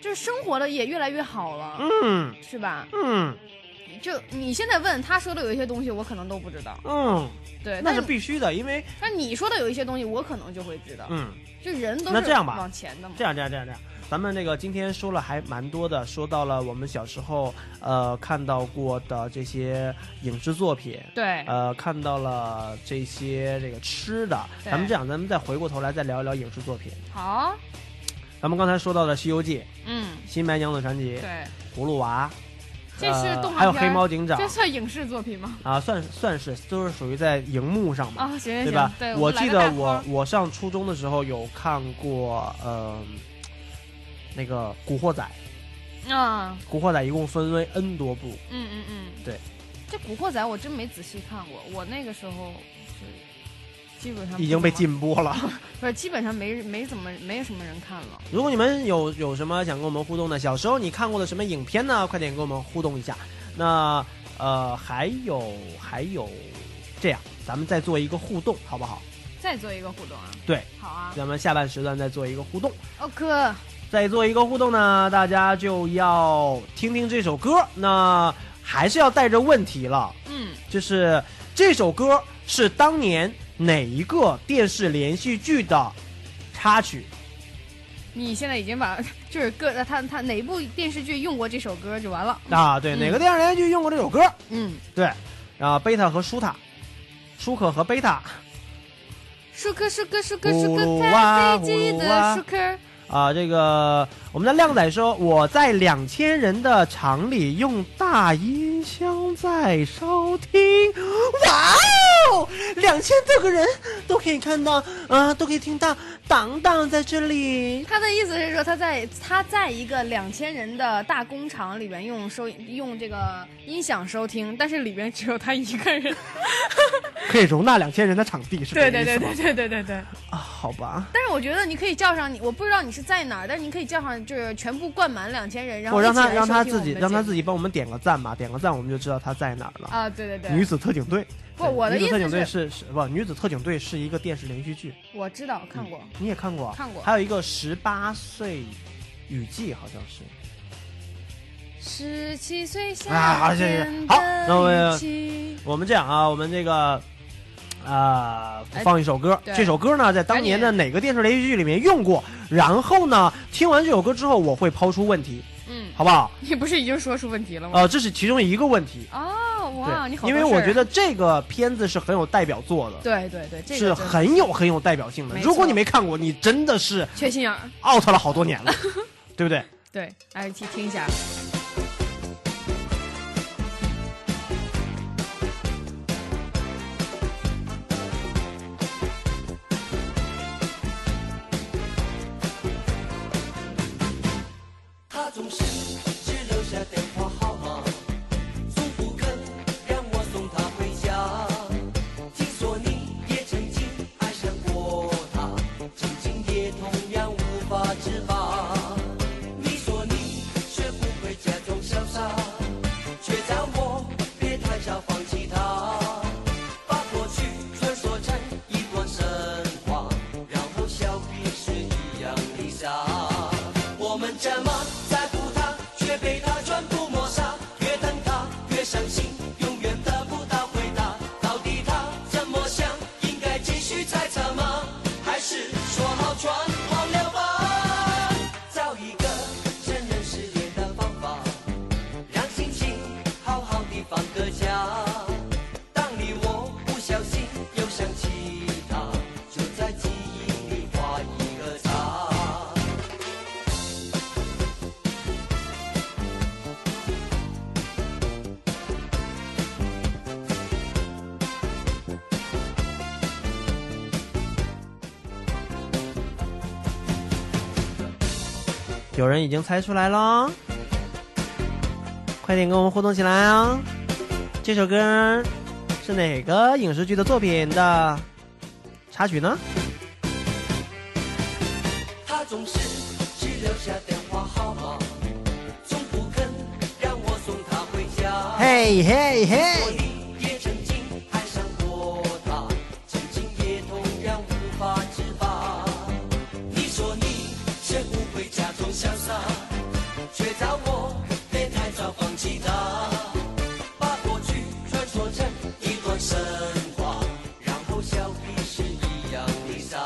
S7: 就是生活的也越来越好了，
S6: 嗯
S7: 是吧？
S6: 嗯
S7: 就你现在问他说的有一些东西，我可能都不知道。
S6: 嗯，
S7: 对，
S6: 那
S7: 但
S6: 是必须的，因为
S7: 但你说的有一些东西，我可能就会知道。
S6: 嗯，
S7: 就人都是
S6: 那这样吧
S7: 往前的嘛。
S6: 这样这样这样这样，咱们这个今天说了还蛮多的，说到了我们小时候呃看到过的这些影视作品，
S7: 对
S6: 呃看到了这些这个吃的，
S7: 对
S6: 咱们这样，咱们再回过头来再聊一聊影视作品。
S7: 好，
S6: 咱们刚才说到了《西游记》
S7: 嗯，
S6: 《新白娘子传奇》
S7: 对，
S6: 葫芦娃》
S7: 这是动画片儿、
S6: 呃还有黑猫警长
S7: 这算影视作品吗？
S6: 啊，算算是都是属于在荧幕上嘛。
S7: 啊，行
S6: 对
S7: 行行，
S6: 吧？
S7: 对
S6: 我
S7: 们来
S6: 记
S7: 个
S6: 得
S7: 大
S6: 我
S7: 框
S6: 我上初中的时候有看过，呃，那个《古惑仔》，
S7: 啊，
S6: 《古惑仔》一共分为 N 多部，
S7: 嗯嗯嗯，
S6: 对，
S7: 这《古惑仔》我真没仔细看过，我那个时候是基本上不
S6: 已经被
S7: 怎么
S6: 禁播了。
S7: 不是基本上没没怎么没什么人看了。
S6: 如果你们有有什么想跟我们互动的，小时候你看过的什么影片呢？快点跟我们互动一下。那呃，还有还有，这样咱们再做一个互动，好不好？
S7: 再做一个互动啊，
S6: 对，
S7: 好啊，
S6: 咱们下半时段再做一个互动。
S7: 哦哥，
S6: 再做一个互动呢，大家就要听听这首歌。那还是要带着问题了，
S7: 嗯，
S6: 就是这首歌是当年哪一个电视连续剧的插曲？
S7: 你现在已经把 就是各他他哪部电视剧用过这首歌就完了，
S6: 啊，对，
S7: 嗯
S6: 哪个电视连续剧用过这首歌？
S7: 嗯，
S6: 对，啊，贝塔和舒塔，舒克和贝塔，
S7: 舒克舒克舒克舒
S6: 葫芦
S7: 克
S6: 娃
S7: 开飞机
S6: 葫芦娃
S7: 的舒克，
S6: 啊，这个我们的靓仔说，我在两千人的场里用大音箱在收听，哇哦，两千多个人都可以看到啊，都可以听到，党党在这里，
S7: 他的意思是说他在他在一个两千人的大工厂里边用收用这个音响收听，但是里边只有他一个人，
S6: 可以容纳两千人的场地是这
S7: 对
S6: 个
S7: 对
S6: 意思
S7: 对
S6: 吗
S7: 对对对对对。
S6: 啊，好吧，
S7: 但是我觉得你可以叫上你，我不知道你是在哪儿，但是你可以叫上就是全部灌满两千人，然后
S6: 我让
S7: 一起
S6: 他
S7: 来
S6: 让他
S7: 收听
S6: 自己
S7: 我们的
S6: 让他
S7: 节目
S6: 自己帮我们点个赞吧，点个赞我们就知道他在哪儿了。
S7: 啊，对对对，
S6: 女子特警队，
S7: 不
S6: 对
S7: 我的
S6: 女子
S7: 意
S6: 特
S7: 思
S6: 警队是
S7: 是
S6: 是不女子特警队是一个电视连续剧。
S7: 我知道看过，
S6: 你也看过？
S7: 看过
S6: 还有一个《十八岁雨季》，好像是。
S7: 十七岁
S6: 啊
S7: 夏
S6: 好谢谢
S7: 天
S6: 好那我
S7: 的雨季，
S6: 我们这样啊，我们这个啊、
S7: 哎
S6: 放一首歌，
S10: 对
S6: 这首歌呢在当年的哪个电视连续剧里面用过？然后呢，听完这首歌之后，我会抛出问题，
S7: 嗯，
S6: 好不好？
S7: 你不是已经说出问题了吗？
S6: 呃，这是其中一个问题。
S7: 哦，哇，
S6: 对，
S7: 你好多事儿啊，
S6: 因为我觉得这个片子是很有代表作的，
S7: 对对对，这个
S6: 是
S7: 真的
S6: 很有很有代表性的。
S7: 没错
S6: 如果你没看过，你真的是
S7: 缺心眼儿。
S6: out 了好多年 了，对不对？
S7: 对，来去听一下。
S11: 他总是只留下电话号码，从不肯让我送他回家。听说你也曾经爱上过他，究竟也同样无法自拔。你说你学不会假装潇洒，却叫我别太早放弃他。把过去穿梭成一段神话，然后笑彼此一样的傻。我们怎么在乎他，却被他全部抹杀？越等他越伤心，永远得不到回答。到底他怎么想？应该继续猜测吗？还是说好全忘了吧？找一个承认失恋的方法，让心情好好的放个假。当你我不小心又想起他，就在记忆里画一个叉。
S6: 有人已经猜出来了，快点跟我们互动起来啊！这首歌是哪个影视剧的作品的插曲呢？
S11: 他总是只留下电话号码，从不肯让我送他回家。
S6: 嘿嘿嘿
S11: 我你也曾经爱上过他，曾经也同样无法自拔。你说你学不会假装潇洒，却叫我别太早放弃他。把过去穿梭成一段神话，然后笑彼此一样的傻。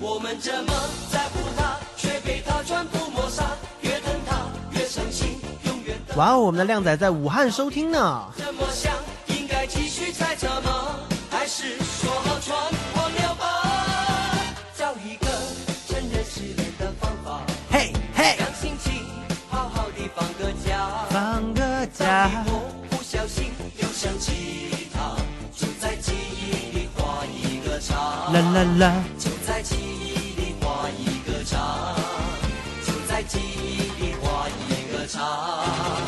S11: 我们怎么在乎他，却被他全部抹杀。越疼他越伤心，永远
S6: 哇哦，我们的靓仔在武汉收听呢。
S11: 这么想，应该继续猜测吗？还是说好全忘了吧？找一个承认失恋的方法，
S6: 嘿嘿，
S11: 让心情好好的放个假。
S6: 放个
S11: 假，我不小心又想起他，就在记忆里画一个叉。
S6: 啦啦啦，
S11: 就在记忆里画一个叉，就在记忆里画一个叉。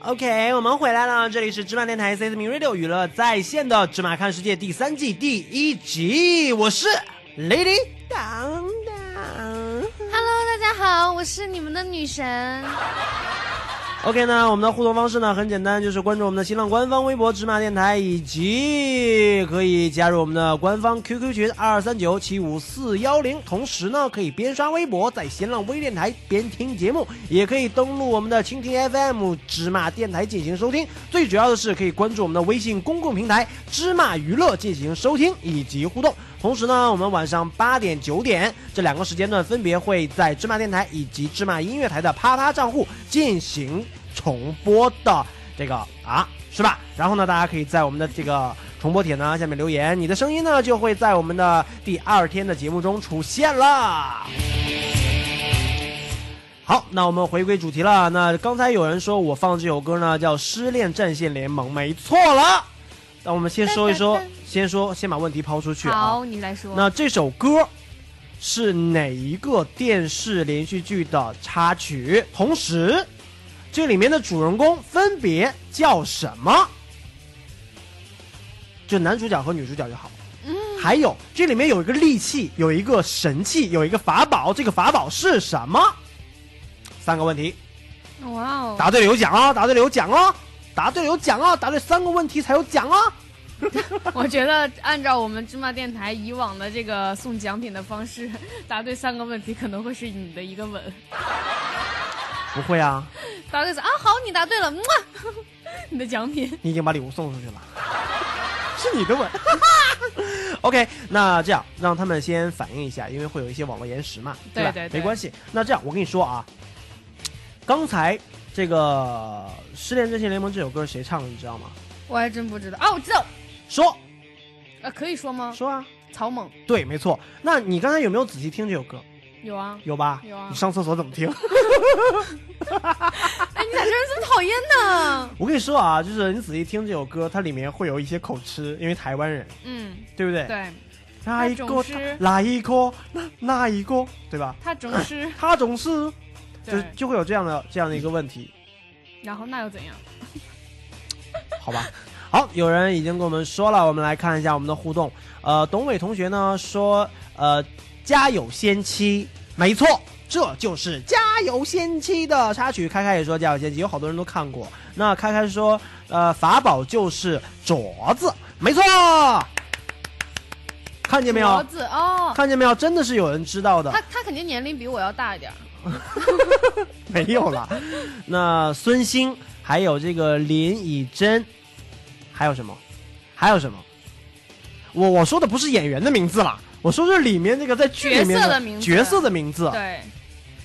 S6: OK，我们回来了，这里是芝麻电台 CSM Radio 娱乐在线的《芝麻看世界》第三季第一集，我是 Lady。当当
S7: ，Hello，大家好，我是你们的女神。
S6: OK 呢，我们的互动方式呢很简单，就是关注我们的新浪官方微博“芝麻电台”，以及可以加入我们的官方 QQ 群二三九七五四幺零。同时呢，可以边刷微博，在新浪微电台边听节目，也可以登录我们的蜻蜓 FM 芝麻电台进行收听。最主要的是可以关注我们的微信公共平台“芝麻娱乐”进行收听以及互动。同时呢，我们晚上八点、九点这两个时间段分别会在芝麻电台以及芝麻音乐台的啪啪账户进行重播的这个啊，是吧？然后呢，大家可以在我们的这个重播帖呢下面留言，你的声音呢就会在我们的第二天的节目中出现了。好，那我们回归主题了。那刚才有人说我放的这首歌呢叫《失恋战线联盟》，没错了。那我们先说一说，先说先把问题抛出去啊。
S7: 好，你来说。
S6: 那这首歌是哪一个电视连续剧的插曲？同时，这里面的主人公分别叫什么？就男主角和女主角就好。还有这里面有一个利器，有一个神器，有一个法宝，这个法宝是什么？三个问题，
S7: 哇哦，
S6: 答对了有奖哦，答对了有奖哦，答对了有奖哦，答对三个问题才有奖哦。
S7: 我觉得按照我们芝麻电台以往的这个送奖品的方式，答对三个问题可能会是你的一个吻。
S6: 不会啊，
S7: 答对三啊，好，你答对了，么 你的奖品。
S6: 你已经把礼物送出去了，是你的吻。OK，那这样让他们先反应一下，因为会有一些网络延时嘛，
S7: 对
S6: 吧？
S7: 对对
S6: 没关系。那这样我跟你说啊，刚才这个《失恋阵线联盟》这首歌是谁唱的，你知道吗？
S7: 我还真不知道啊，我知道，
S6: 说，
S7: 呃，可以说吗？
S6: 说啊，
S7: 草蜢
S6: 对，没错。那你刚才有没有仔细听这首歌？
S7: 有啊，
S6: 有吧？
S7: 有啊
S6: 你上厕所怎么听？
S7: 哎，你咋这人这么讨厌呢？
S6: 我跟你说啊，就是你仔细听这首歌，它里面会有一些口吃，因为台湾人，
S7: 嗯，
S6: 对不对？。
S7: 对，
S6: 哪一
S7: 他总
S6: 个
S7: 是？
S6: 哪一个？那哪一个？对吧？
S7: 他总 是
S6: 他总是，
S7: 对
S6: 就是就会有这样的这样的一个问题，
S7: 然后那又怎样？
S6: 好吧？ 好，有人已经跟我们说了，我们来看一下我们的互动。呃，董伟同学呢说，呃，家有仙妻，没错，这就是《家有仙妻》的插曲。开开也说《家有仙妻》，有好多人都看过。那开开说，呃，法宝就是镯子，没错，看见没有
S7: 镯？子哦，
S6: 看见没有？真的是有人知道的。
S7: 他他肯定年龄比我要大一点儿。
S6: 没有了。那孙兴，还有这个林以真，还有什么？还有什么？我我说的不是演员的名字啦，我说是里面那个在剧里面
S7: 角色的名字
S6: 角色的名字。
S7: 对，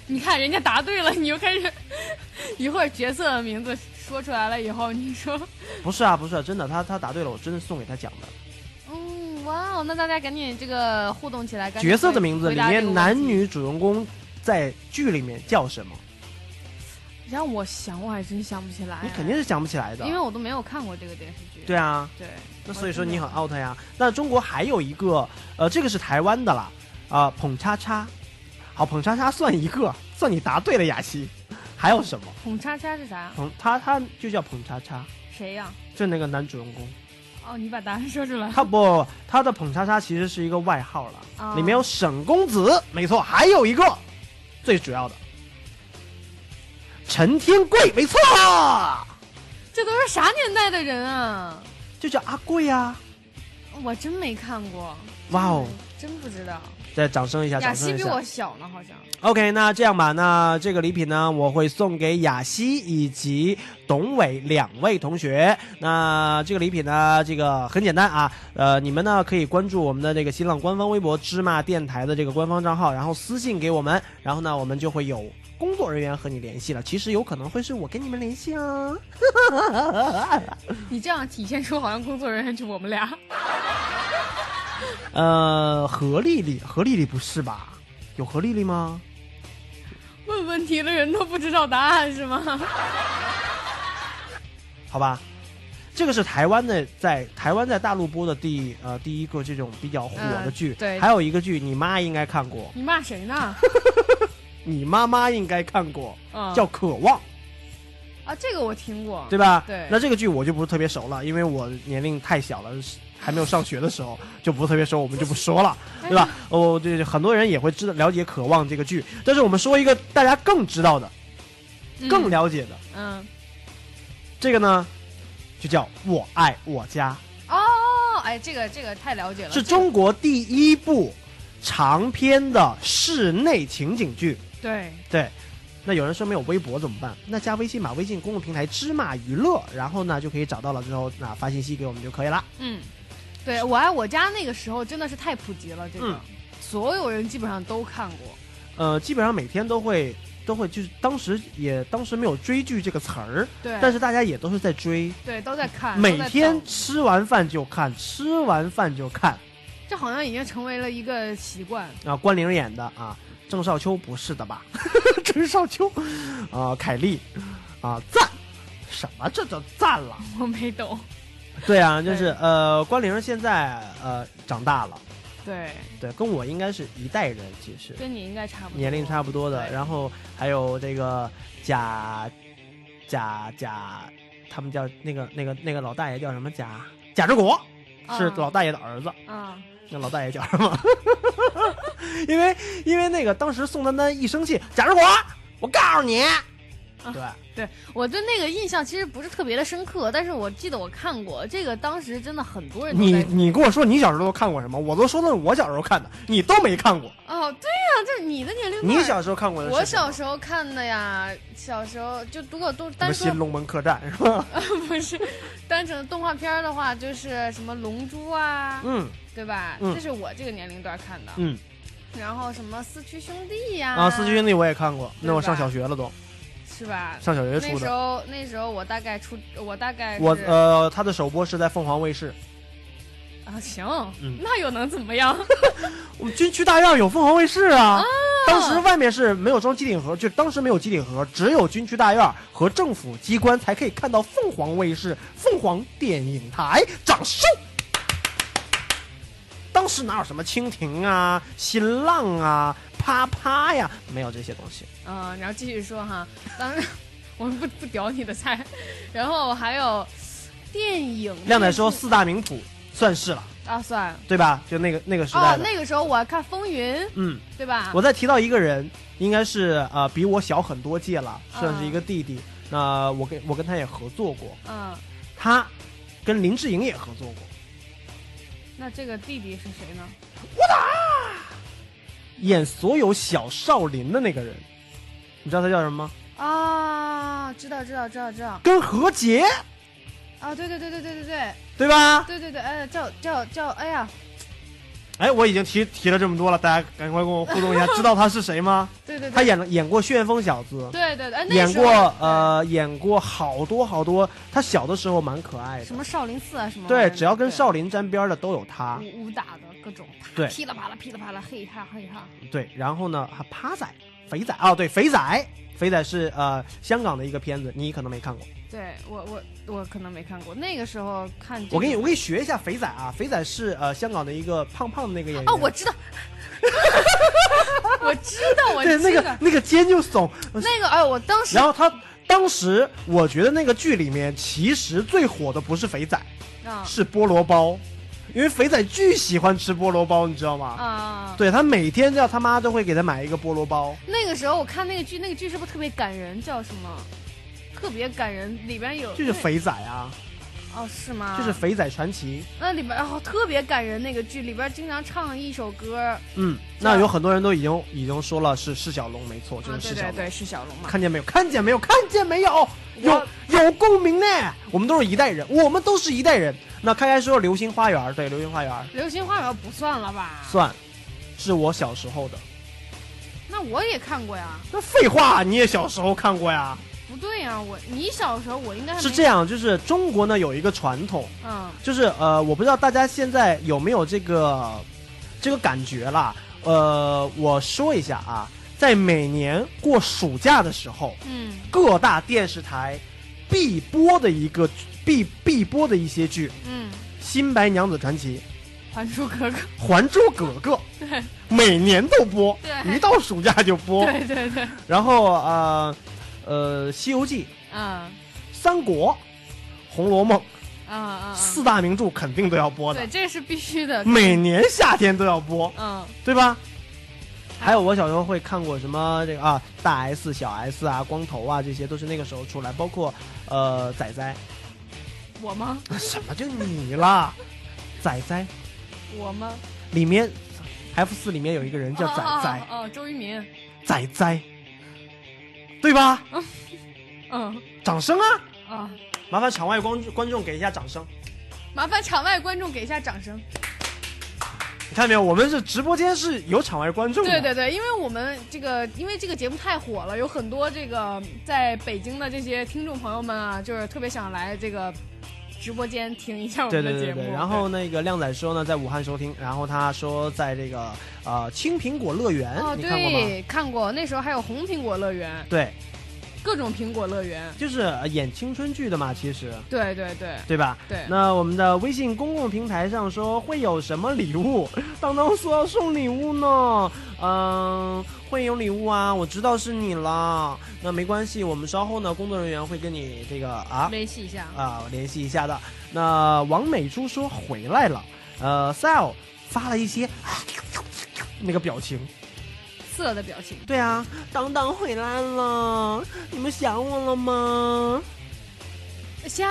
S7: 你看人家答对了，你又开始 一会儿角色的名字说出来了以后，你说，
S6: 不是啊，不是啊，真的，他他答对了，我真的送给他奖的。
S7: 嗯，哇哦，那大家赶紧这个互动起来，赶紧
S6: 角色
S7: 回
S6: 的名字
S7: 啊回
S6: 里
S7: 答这个
S6: 面
S7: 问
S6: 男
S7: 题
S6: 女主人公在剧里面叫什么？
S7: 让我想，我还真想不起来，
S6: 你肯定是想不起来的
S7: 因。为我都没有看过这个电视剧。
S6: 对啊，
S7: 啊对，
S6: 那
S7: 我
S6: 所以说
S7: 真的
S6: 你很 out 呀。那中国还有一个，呃，这个是台湾的啦，啊、捧叉叉，好，捧叉叉算一个，算你答对了，雅西。还有什么？
S7: 捧叉叉是 啥？
S6: 捧他他就叫捧叉叉，
S7: 谁呀、
S6: 就那个男主人公，
S7: 哦，你把答案说出来。
S6: 他不，他的捧叉叉其实是一个外号了，
S7: 哦
S6: 里面有沈公子，没错，还有一个最主要的陈天贵，没错，
S7: 这都是啥年代的人啊？
S6: 就叫阿贵呀、
S7: 我真没看过，嗯
S6: 哇哦，
S7: 真不知道。
S6: 再掌声一下，
S7: 雅
S6: 掌声
S7: 西
S6: 一
S7: 比
S6: 下。
S7: 我小呢，好像。
S6: OK，那这样吧，那这个礼品呢，我会送给雅西以及董伟两位同学。那这个礼品呢，这个很简单啊，呃，你们呢可以关注我们的这个新浪官方微博“芝麻电台”的这个官方账号，然后私信给我们，然后呢，我们就会有工作人员和你联系了。其实有可能会是我跟你们联系啊。
S7: 你这样体现出好像工作人员就我们俩。
S6: 呃，何丽丽，何丽丽不是吧？有何丽丽吗？
S7: 问问题的人都不知道答案是吗？
S6: 好吧，这个是台湾的，在台湾在大陆播的第呃第一个这种比较火的剧，
S7: 嗯对
S6: 还有一个剧你妈应该看过，
S7: 你骂谁呢？
S6: 你妈妈应该看过，
S7: 嗯
S6: 叫《渴望》，
S7: 啊，这个我听过，
S6: 对吧？
S7: 对。
S6: 那这个剧我就不是特别熟了，因为我年龄太小了，还没有上学的时候就不是特别熟，我们就不说 了，对吧？哦，对，对很多人也会知道了解《渴望》这个剧，但是我们说一个大家更知道的、
S7: 嗯
S6: 更了解的，
S7: 嗯，
S6: 这个呢就叫《我爱我家》。
S7: 哦，哎，这个这个太了解了，
S6: 是
S7: 这个
S6: 中国第一部长篇的室内情景剧。
S7: 对，
S6: 对，那有人说没有微博怎么办？那加微信吧，微信公众平台芝麻娱乐，然后呢就可以找到了之后，那发信息给我们就可以了。
S7: 嗯，对我爱我家那个时候真的是太普及了，这个、
S6: 嗯
S7: 所有人基本上都看过。
S6: 呃，基本上每天都会都会，就是当时也当时没有追剧这个词儿，
S7: 对
S6: 但是大家也都是在追，
S7: 对，都在看，
S6: 每
S7: 都在
S6: 天
S7: 等
S6: 吃完饭就看，吃完饭就看。
S7: 这好像已经成为了一个习惯。
S6: 啊，关凌演的啊，郑少秋不是的吧？ 郑少秋，啊，凯丽，啊，赞，什么这就赞了？
S7: 我没懂，
S6: 对啊，就是呃，关凌现在呃长大了，
S7: 对，
S6: 对，跟我应该是一代人，其实
S7: 跟你应该差不多。
S6: 年龄差不多的。然后还有这个贾贾贾，他们叫那个那个那个老大爷叫什么贾贾志国，是
S7: 啊
S6: 老大爷的儿子。
S7: 啊，
S6: 那老大爷叫什么？
S7: 啊
S6: 因为因为那个当时宋丹丹一生气，贾志国，我告诉你，
S12: 对，
S7: 对，我对那个印象其实不是特别的深刻，但是我记得我看过这个，当时真的很多人都
S6: 你
S7: 在
S6: 你跟我说你小时候都看过什么？我都说的是我小时候看的，你都没看过。
S7: 哦，对呀、就是你的年龄段。
S6: 你小时候看过的是
S7: 我
S6: 什么
S7: 小时候看的呀，小时候就如果都
S6: 什么
S7: 单
S6: 新
S7: 说
S6: 龙门客栈是吧？
S7: 不是单纯的动画片儿的话，就是什么龙珠啊，
S6: 嗯，
S7: 对吧？
S6: 嗯
S7: 这是我这个年龄段看的。
S6: 嗯
S7: 然后什么四驱兄弟呀、
S6: 啊，四驱兄弟我也看过，那我
S7: 对吧
S6: 上小学了都。
S7: 是吧？
S6: 上小学出的
S7: 那时候那时候我大概初我大概
S6: 我
S7: 是
S6: 呃，他的首播是在凤凰卫视，
S7: 啊行，
S6: 嗯
S7: 那又能怎么样？
S6: 我们军区大院有凤凰卫视啊。
S7: 啊
S6: 当时外面是没有装机顶盒，就当时没有机顶盒，只有军区大院和政府机关才可以看到凤凰卫视、凤凰电影台。掌声！当时哪有什么蜻蜓啊、新浪啊、啪啪呀，没有这些东西。
S7: 嗯，然后继续说哈，当时我们不不屌你的菜，然后还有电影
S6: 靓仔说四大名捕算是了，
S7: 啊，算了
S6: 对吧？就那个那个时代
S7: 哦，
S6: 的，
S7: 那个时候我看《风云》，
S6: 嗯。
S7: 对吧？
S6: 我再提到一个人，应该是呃比我小很多届了，算是一个弟弟。那、我跟我跟他也合作过，
S7: 嗯，
S6: 他跟林志颖也合作过。
S7: 那这个弟弟是谁呢？
S6: 演所有小少林的那个人，你知道他叫什么吗？
S7: 啊，知道知道知道知道
S6: 跟何洁，
S7: 啊，对对对对对对对，
S6: 对吧？
S7: 对对对，哎，叫叫叫，哎呀，
S6: 哎，我已经提提了这么多了，大家赶快跟我互动一下，知道他是谁 吗？
S7: 对对对
S6: 他演了演过《旋风小子》，
S7: 对对对，哎，那
S6: 演
S7: 时候
S6: 过呃演过好多好多。他小的时候蛮可爱
S7: 什
S6: 的，
S7: 么少林寺啊什么玩意儿
S6: 对，
S7: 的，
S6: 只要跟少林沾边儿的都有他。
S7: 武武打的各种，啪
S6: 啊对
S7: 噼里啪啦噼里啪啦，嘿哈嘿哈，
S6: 对，然后呢，还趴仔、肥仔哦，对，肥仔，肥仔是呃香港的一个片子，你可能没看过。
S7: 对我我我可能没看过，那个时候看这个、
S6: 我给你，我给你学一下肥仔啊，肥仔是呃香港的一个胖胖的那个演员。
S7: 哦，我知 道，我知道，我
S6: 对
S7: 知道
S6: 那个那个肩就耸。
S7: 那个哎，我当 时
S6: 然后他当时我觉得那个剧里面其实最火的不是肥仔，
S7: 啊
S6: 是菠萝包，因为肥仔巨喜欢吃菠萝包，你知道吗？
S7: 啊，
S6: 对他每天叫他妈都会给他买一个菠萝包。
S7: 那个时候我看那个剧，那个剧是不是特别感人？叫什么？特别感人，里边有
S6: 就是肥仔啊，
S7: 哦，是吗？
S6: 就是肥仔传奇。
S7: 那里边哦，特别感人那个剧里边经常唱一首歌，
S6: 嗯，那有很多人都已经已经说了是释小龙，没错，就是释小龙。
S7: 啊啊、对对对，是小龙嘛。
S6: 看见没有？看见没有？看见没有？有有共鸣呢！我们都是一代人，我们都是一代人。那开开说《流星花园》，对，《流星花园》
S7: 流星花园不算了吧？
S6: 算是我小时候的。
S7: 那我也看过呀。
S6: 那废话，你也小时候看过呀？
S7: 不对呀、我你小时候我应该还
S6: 是
S7: 没
S6: 这，样，就是中国呢有一个传统，
S7: 嗯
S6: 就是呃，我不知道大家现在有没有这个这个感觉啦。呃，我说一下啊，在每年过暑假的时候，
S7: 嗯
S6: 各大电视台必播的一个必必播的一些剧，
S7: 嗯，
S6: 《新白娘子传奇》
S7: 《还珠格格》
S6: 《还珠格格》
S7: 对
S6: 每年都播，
S7: 对
S6: 一到暑假就播。
S7: 对对对，
S6: 然后啊，呃，《西游记》《
S7: 嗯
S6: 三国》《红楼梦》
S7: 嗯嗯，
S6: 四嗯大名著肯定都要播
S7: 对，
S6: 的，
S7: 这是必须的。
S6: 每年夏天都要播，
S7: 嗯
S6: 对吧？还有我小时候会看过什么这个啊，大 S、小 S 啊，光头啊，这些都是那个时候出来，包括呃仔仔，
S7: 我吗？
S6: 什么就你啦，仔仔
S7: 我吗？
S6: 里面 F 四里面有一个人叫仔仔，
S7: 哦哦哦，周渝民，
S6: 仔仔，对吧？
S7: 嗯
S6: 掌声啊！
S7: 啊，
S6: 麻烦场外观观众给一下掌声。
S7: 麻烦场外观众给一下掌声。
S6: 你看没有，我们是直播间是有场外观众的。
S7: 对对对，因为我们这个，因为这个节目太火了，有很多这个在北京的这些听众朋友们啊，就是特别想来这个直播间听一下我
S6: 对
S7: 们的
S6: 对对
S7: 节
S6: 对
S7: 目。
S6: 对，然后那个靓仔说呢，在武汉收听，然后他说在这个呃青苹果乐园，
S7: 哦，
S6: 你看过吗？
S7: 对，看过，那时候还有红苹果乐园，
S6: 对，
S7: 各种苹果乐园。
S6: 就是呃演青春剧的嘛，其实，
S7: 对对对，
S6: 对吧？
S7: 对
S6: 那我们的微信公共平台上说会有什么礼物？当当说要送礼物呢，嗯，会有礼物啊，我知道是你了。那没关系，我们稍后呢，工作人员会跟你这个啊
S7: 联系一下。
S6: 啊联系一下的。那王美珠说回来了，呃，Sal 发了一些那个表情，
S7: 涩的表情。
S6: 对啊，当当回来了，你们想我了吗？
S7: 想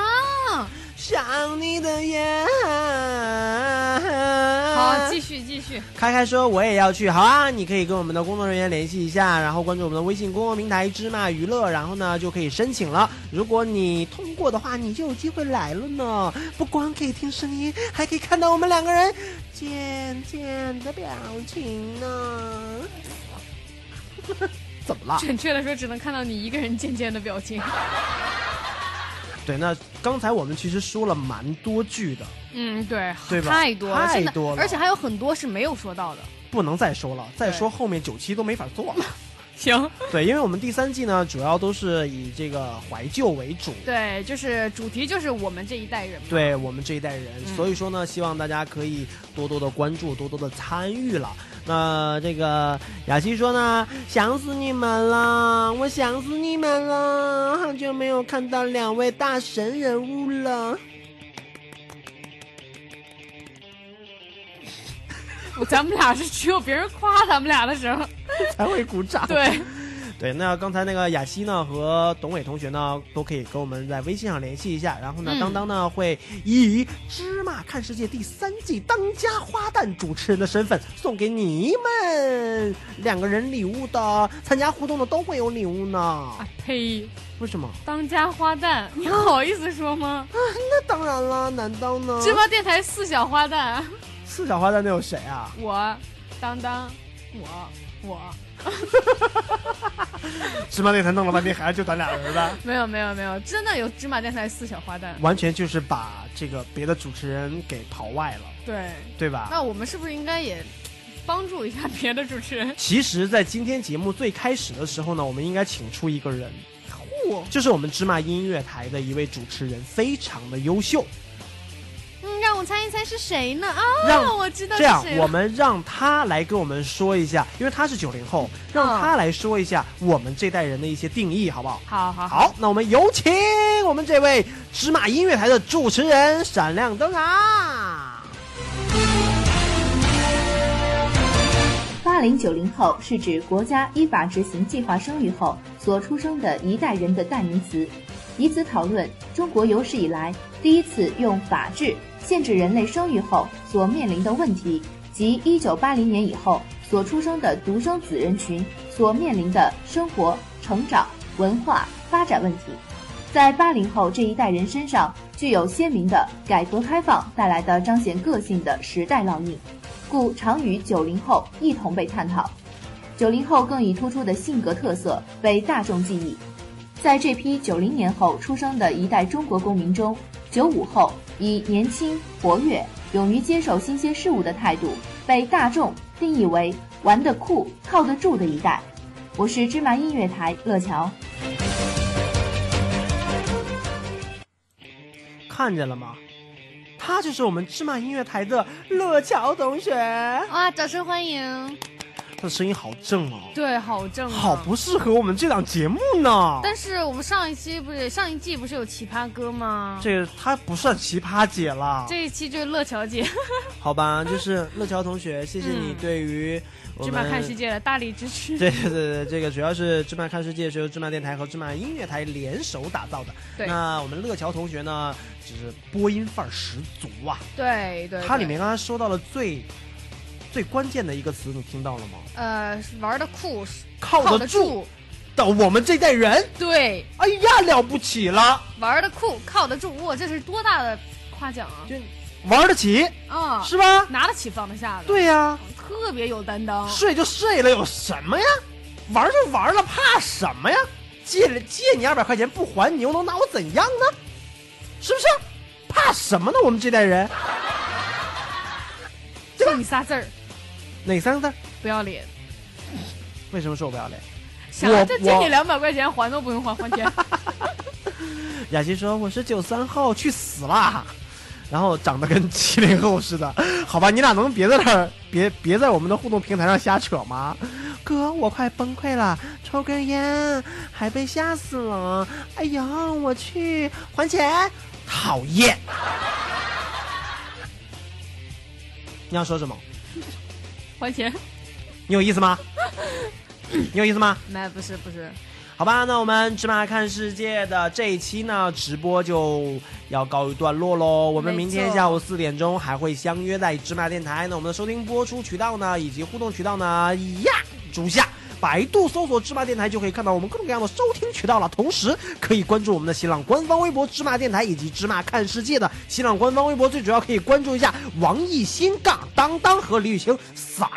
S6: 想你的夜。
S7: 好，继续继续。
S6: 开开说我也要去，好啊，你可以跟我们的工作人员联系一下，然后关注我们的微信公共平台“芝麻娱乐”，然后呢就可以申请了。如果你通过的话，你就有机会来了呢。不光可以听声音，还可以看到我们两个人渐渐的表情呢。 怎么了？
S7: 准确的说，只能看到你一个人渐渐的表情。
S6: 对，那刚才我们其实说了蛮多句的，
S7: 嗯，对，
S6: 对吧
S7: 太多了，
S6: 太
S7: 现在
S6: 多了
S7: 而且还有很多是没有说到的。
S6: 不能再说了，再说后面九期都没法做了。
S7: 行，
S6: 对，因为我们第三季呢，主要都是以这个怀旧为主。
S7: 对，就是主题就是我们这一代人嘛。
S6: 对我们这一代人，
S7: 嗯
S6: 所以说呢，希望大家可以多多的关注，多多的参与了。那这个雅琪说呢，想死你们了，我想死你们了，好久没有看到两位大神人物了。
S7: 我咱们俩是只有别人夸咱们俩的时候
S6: 才会鼓掌。
S7: 对，
S6: 对，那刚才那个雅西呢和董伟同学呢，都可以跟我们在微信上联系一下。然后呢，
S7: 嗯
S6: 当当呢会以《芝麻看世界》第三季当家花旦主持人的身份送给你们两个人礼物的。参加互动的都会有礼物呢。
S7: 呸！
S6: 为什么？
S7: 当家花 旦，你好意思说吗？
S6: 那当然了，难道呢
S7: 芝麻电台四小花旦，
S6: 四小花旦都有谁啊？
S7: 我当当，我我
S6: 芝麻电台弄了半天，还是就咱俩人吧。
S7: 没有没有没有，真的有芝麻电台四小花旦。
S6: 完全就是把这个别的主持人给跑外了，
S7: 对，
S6: 对吧？
S7: 那我们是不是应该也帮助一下别的主持人？
S6: 其实，在今天节目最开始的时候呢，我们应该请出一个人，
S7: 嚯，
S6: 就是我们芝麻音乐台的一位主持人，非常的优秀。
S7: 嗯，让我猜一猜是谁呢？啊、
S6: 让
S7: 我知道
S6: 这
S7: 是
S6: 样
S7: 谁，了。
S6: 我们让他来跟我们说一下，因为他是九零后，让他来说一下我们这代人的一些定义，好不好？
S7: 好好
S6: 好，那我们有请我们这位芝麻音乐台的主持人闪亮啊登场。
S13: 八零九零后是指国家依法执行计划生育后所出生的一代人的代名词，以此讨论中国有史以来第一次用法治限制人类生育后所面临的问题，及一九八零年以后所出生的独生子人群所面临的生活、成长、文化发展问题。在八零后这一代人身上具有鲜明的改革开放带来的彰显个性的时代烙印，故常与九零后一同被探讨。九零后更以突出的性格特色被大众记忆。在这批九零年后出生的一代中国公民中，九五后以年轻、活跃、勇于接受新鲜事物的态度，被大众定义为玩得酷、靠得住的一代。我是芝麻音乐台乐乔。
S6: 看见了吗？他就是我们芝麻音乐台的乐乔同学，
S7: 哇，掌声欢迎！
S6: 他的声音好正哦，
S7: 对，好正、啊，
S6: 好不适合我们这档节目呢。
S7: 但是我们上一期不是上一季不是有奇葩哥吗？
S6: 这个他不算奇葩姐啦，
S7: 这一期就是乐乔姐，
S6: 好吧，就是乐乔同学，谢谢你
S7: 嗯
S6: 对于我
S7: 芝
S6: 们
S7: 麻看世界的大力支持。
S6: 对对对对，这个主要是芝麻看世界是由芝麻电台和芝麻音乐台联手打造的。
S7: 对
S6: 那我们乐乔同学呢，就是播音范儿十足啊。
S7: 对对，
S6: 他
S7: 对
S6: 里面刚才说到了最最关键的一个词，你听到了吗？
S7: 呃玩的酷，
S6: 靠
S7: 靠
S6: 得
S7: 得
S6: 住，到我们这代人，
S7: 对，
S6: 哎呀，了不起了，
S7: 玩的酷，靠得住，哇，这是多大的夸奖啊！
S6: 玩得起，
S7: 啊，
S6: 是吧？
S7: 拿得起放得下的，
S6: 对呀
S7: 特别有担当。
S6: 睡就睡了，有什么呀？玩就玩了，怕什么呀？借了借你二百块钱不还，你又能拿我怎样呢？是不是？怕什么呢？我们这代人
S7: 就你仨字儿，
S6: 哪三个字儿？
S7: 不要脸。
S6: 为什么说我不要脸？
S7: 想
S6: 我
S7: 这借你
S6: 我
S7: 两百块钱还都不用还，还钱。
S6: 雅琪说我是九三后，去死啦！然后长得跟七零后似的，好吧，你俩能别在那儿别别在我们的互动平台上瞎扯吗？哥，我快崩溃了，抽根烟还被吓死了。哎呀，我去还钱，讨厌！你要说什么？
S7: 还钱，
S6: 你有意思吗？你有意思吗？
S4: 没，不是不是，
S6: 好吧，那我们芝麻看世界的这一期呢，直播就要告一段落喽。我们明天下午四点钟还会相约在芝麻电台。那我们的收听播出渠道呢，以及互动渠道呢，呀，如下。百度搜索“芝麻电台”就可以看到我们各种各样的收听渠道了，同时可以关注我们的新浪官方微博“芝麻电台”以及“芝麻看世界”的新浪官方微博。最主要可以关注一下王艺新杠当当和李雨晴撒。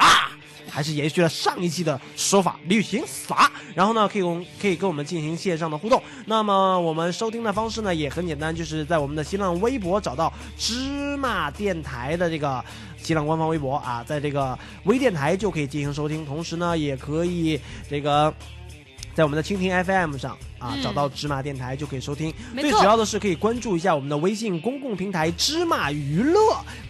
S6: 还是延续了上一期的说法，旅行撒。然后呢，可以跟可以跟我们进行线上的互动。那么我们收听的方式呢也很简单，就是在我们的新浪微博找到芝麻电台的这个新浪官方微博啊，在这个微电台就可以进行收听。同时呢，也可以这个。在我们的蜻蜓 FM 上啊，
S4: 嗯
S6: 找到芝麻电台就可以收听。
S4: 没
S6: 最
S4: 错
S6: 主要的是可以关注一下我们的微信公共平台“芝麻娱乐”，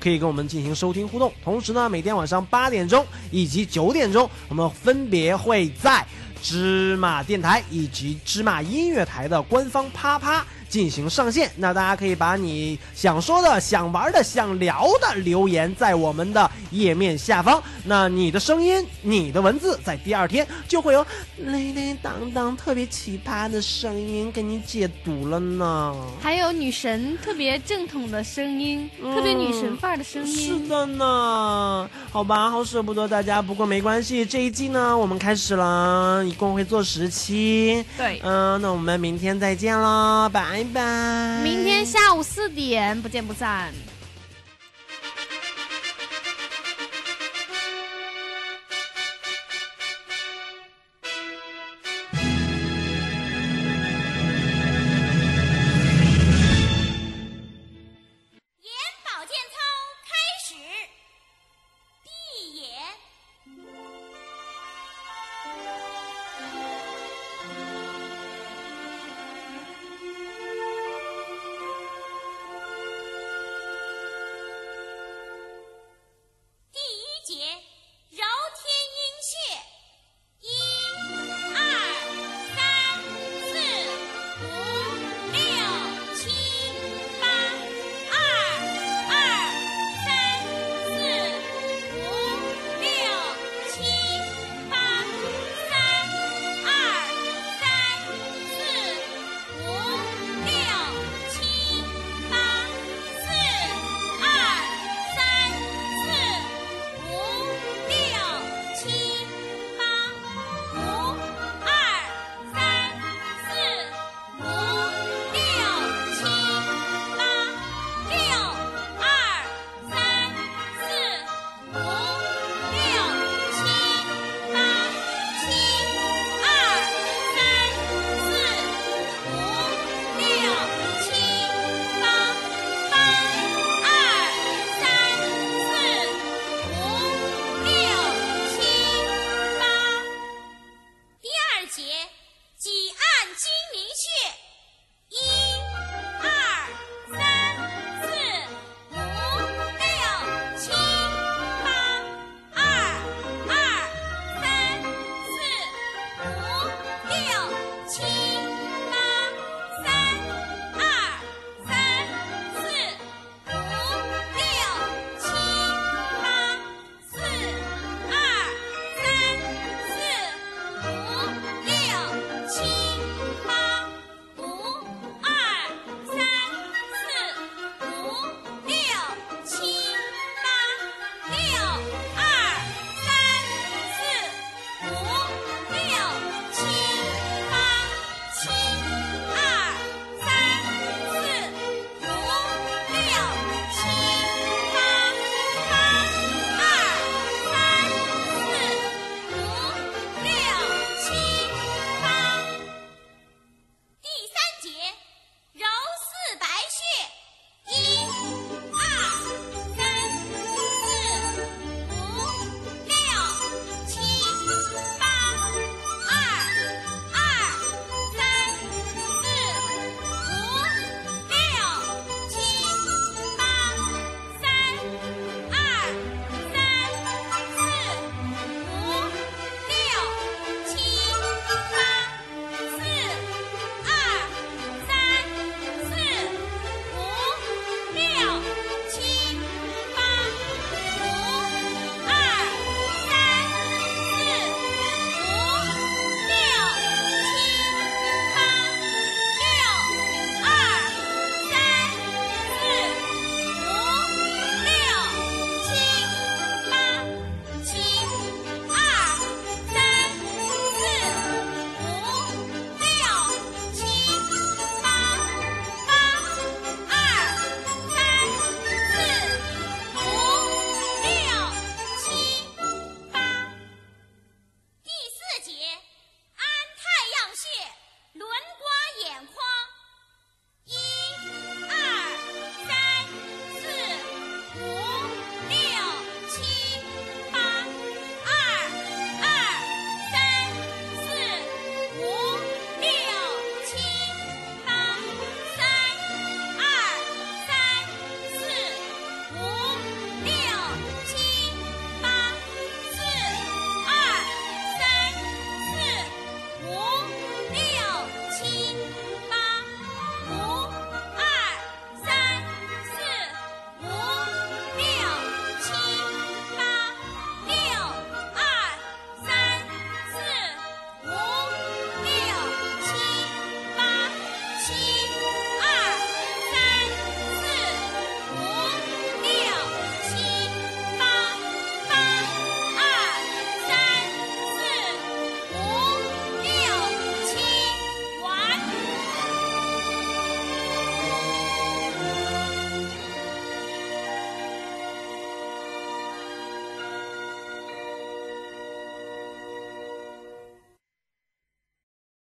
S6: 可以跟我们进行收听互动。同时呢，每天晚上八点钟以及九点钟，我们分别会在芝麻电台以及芝麻音乐台的官方啪啪。进行上线，那大家可以把你想说的、想玩的、想聊的留言在我们的页面下方。那你的声音、你的文字，在第二天就会有雷雷当当特别奇葩的声音给你解读了呢。
S4: 还有女神特别正统的声音，特别女神范儿的声音。
S6: 是的呢，好吧，好舍不得大家，不过没关系，这一季呢我们开始了，一共会做十期。
S4: 对
S6: 嗯、那我们明天再见喽，拜拜。
S4: 明天下午四点不见不散。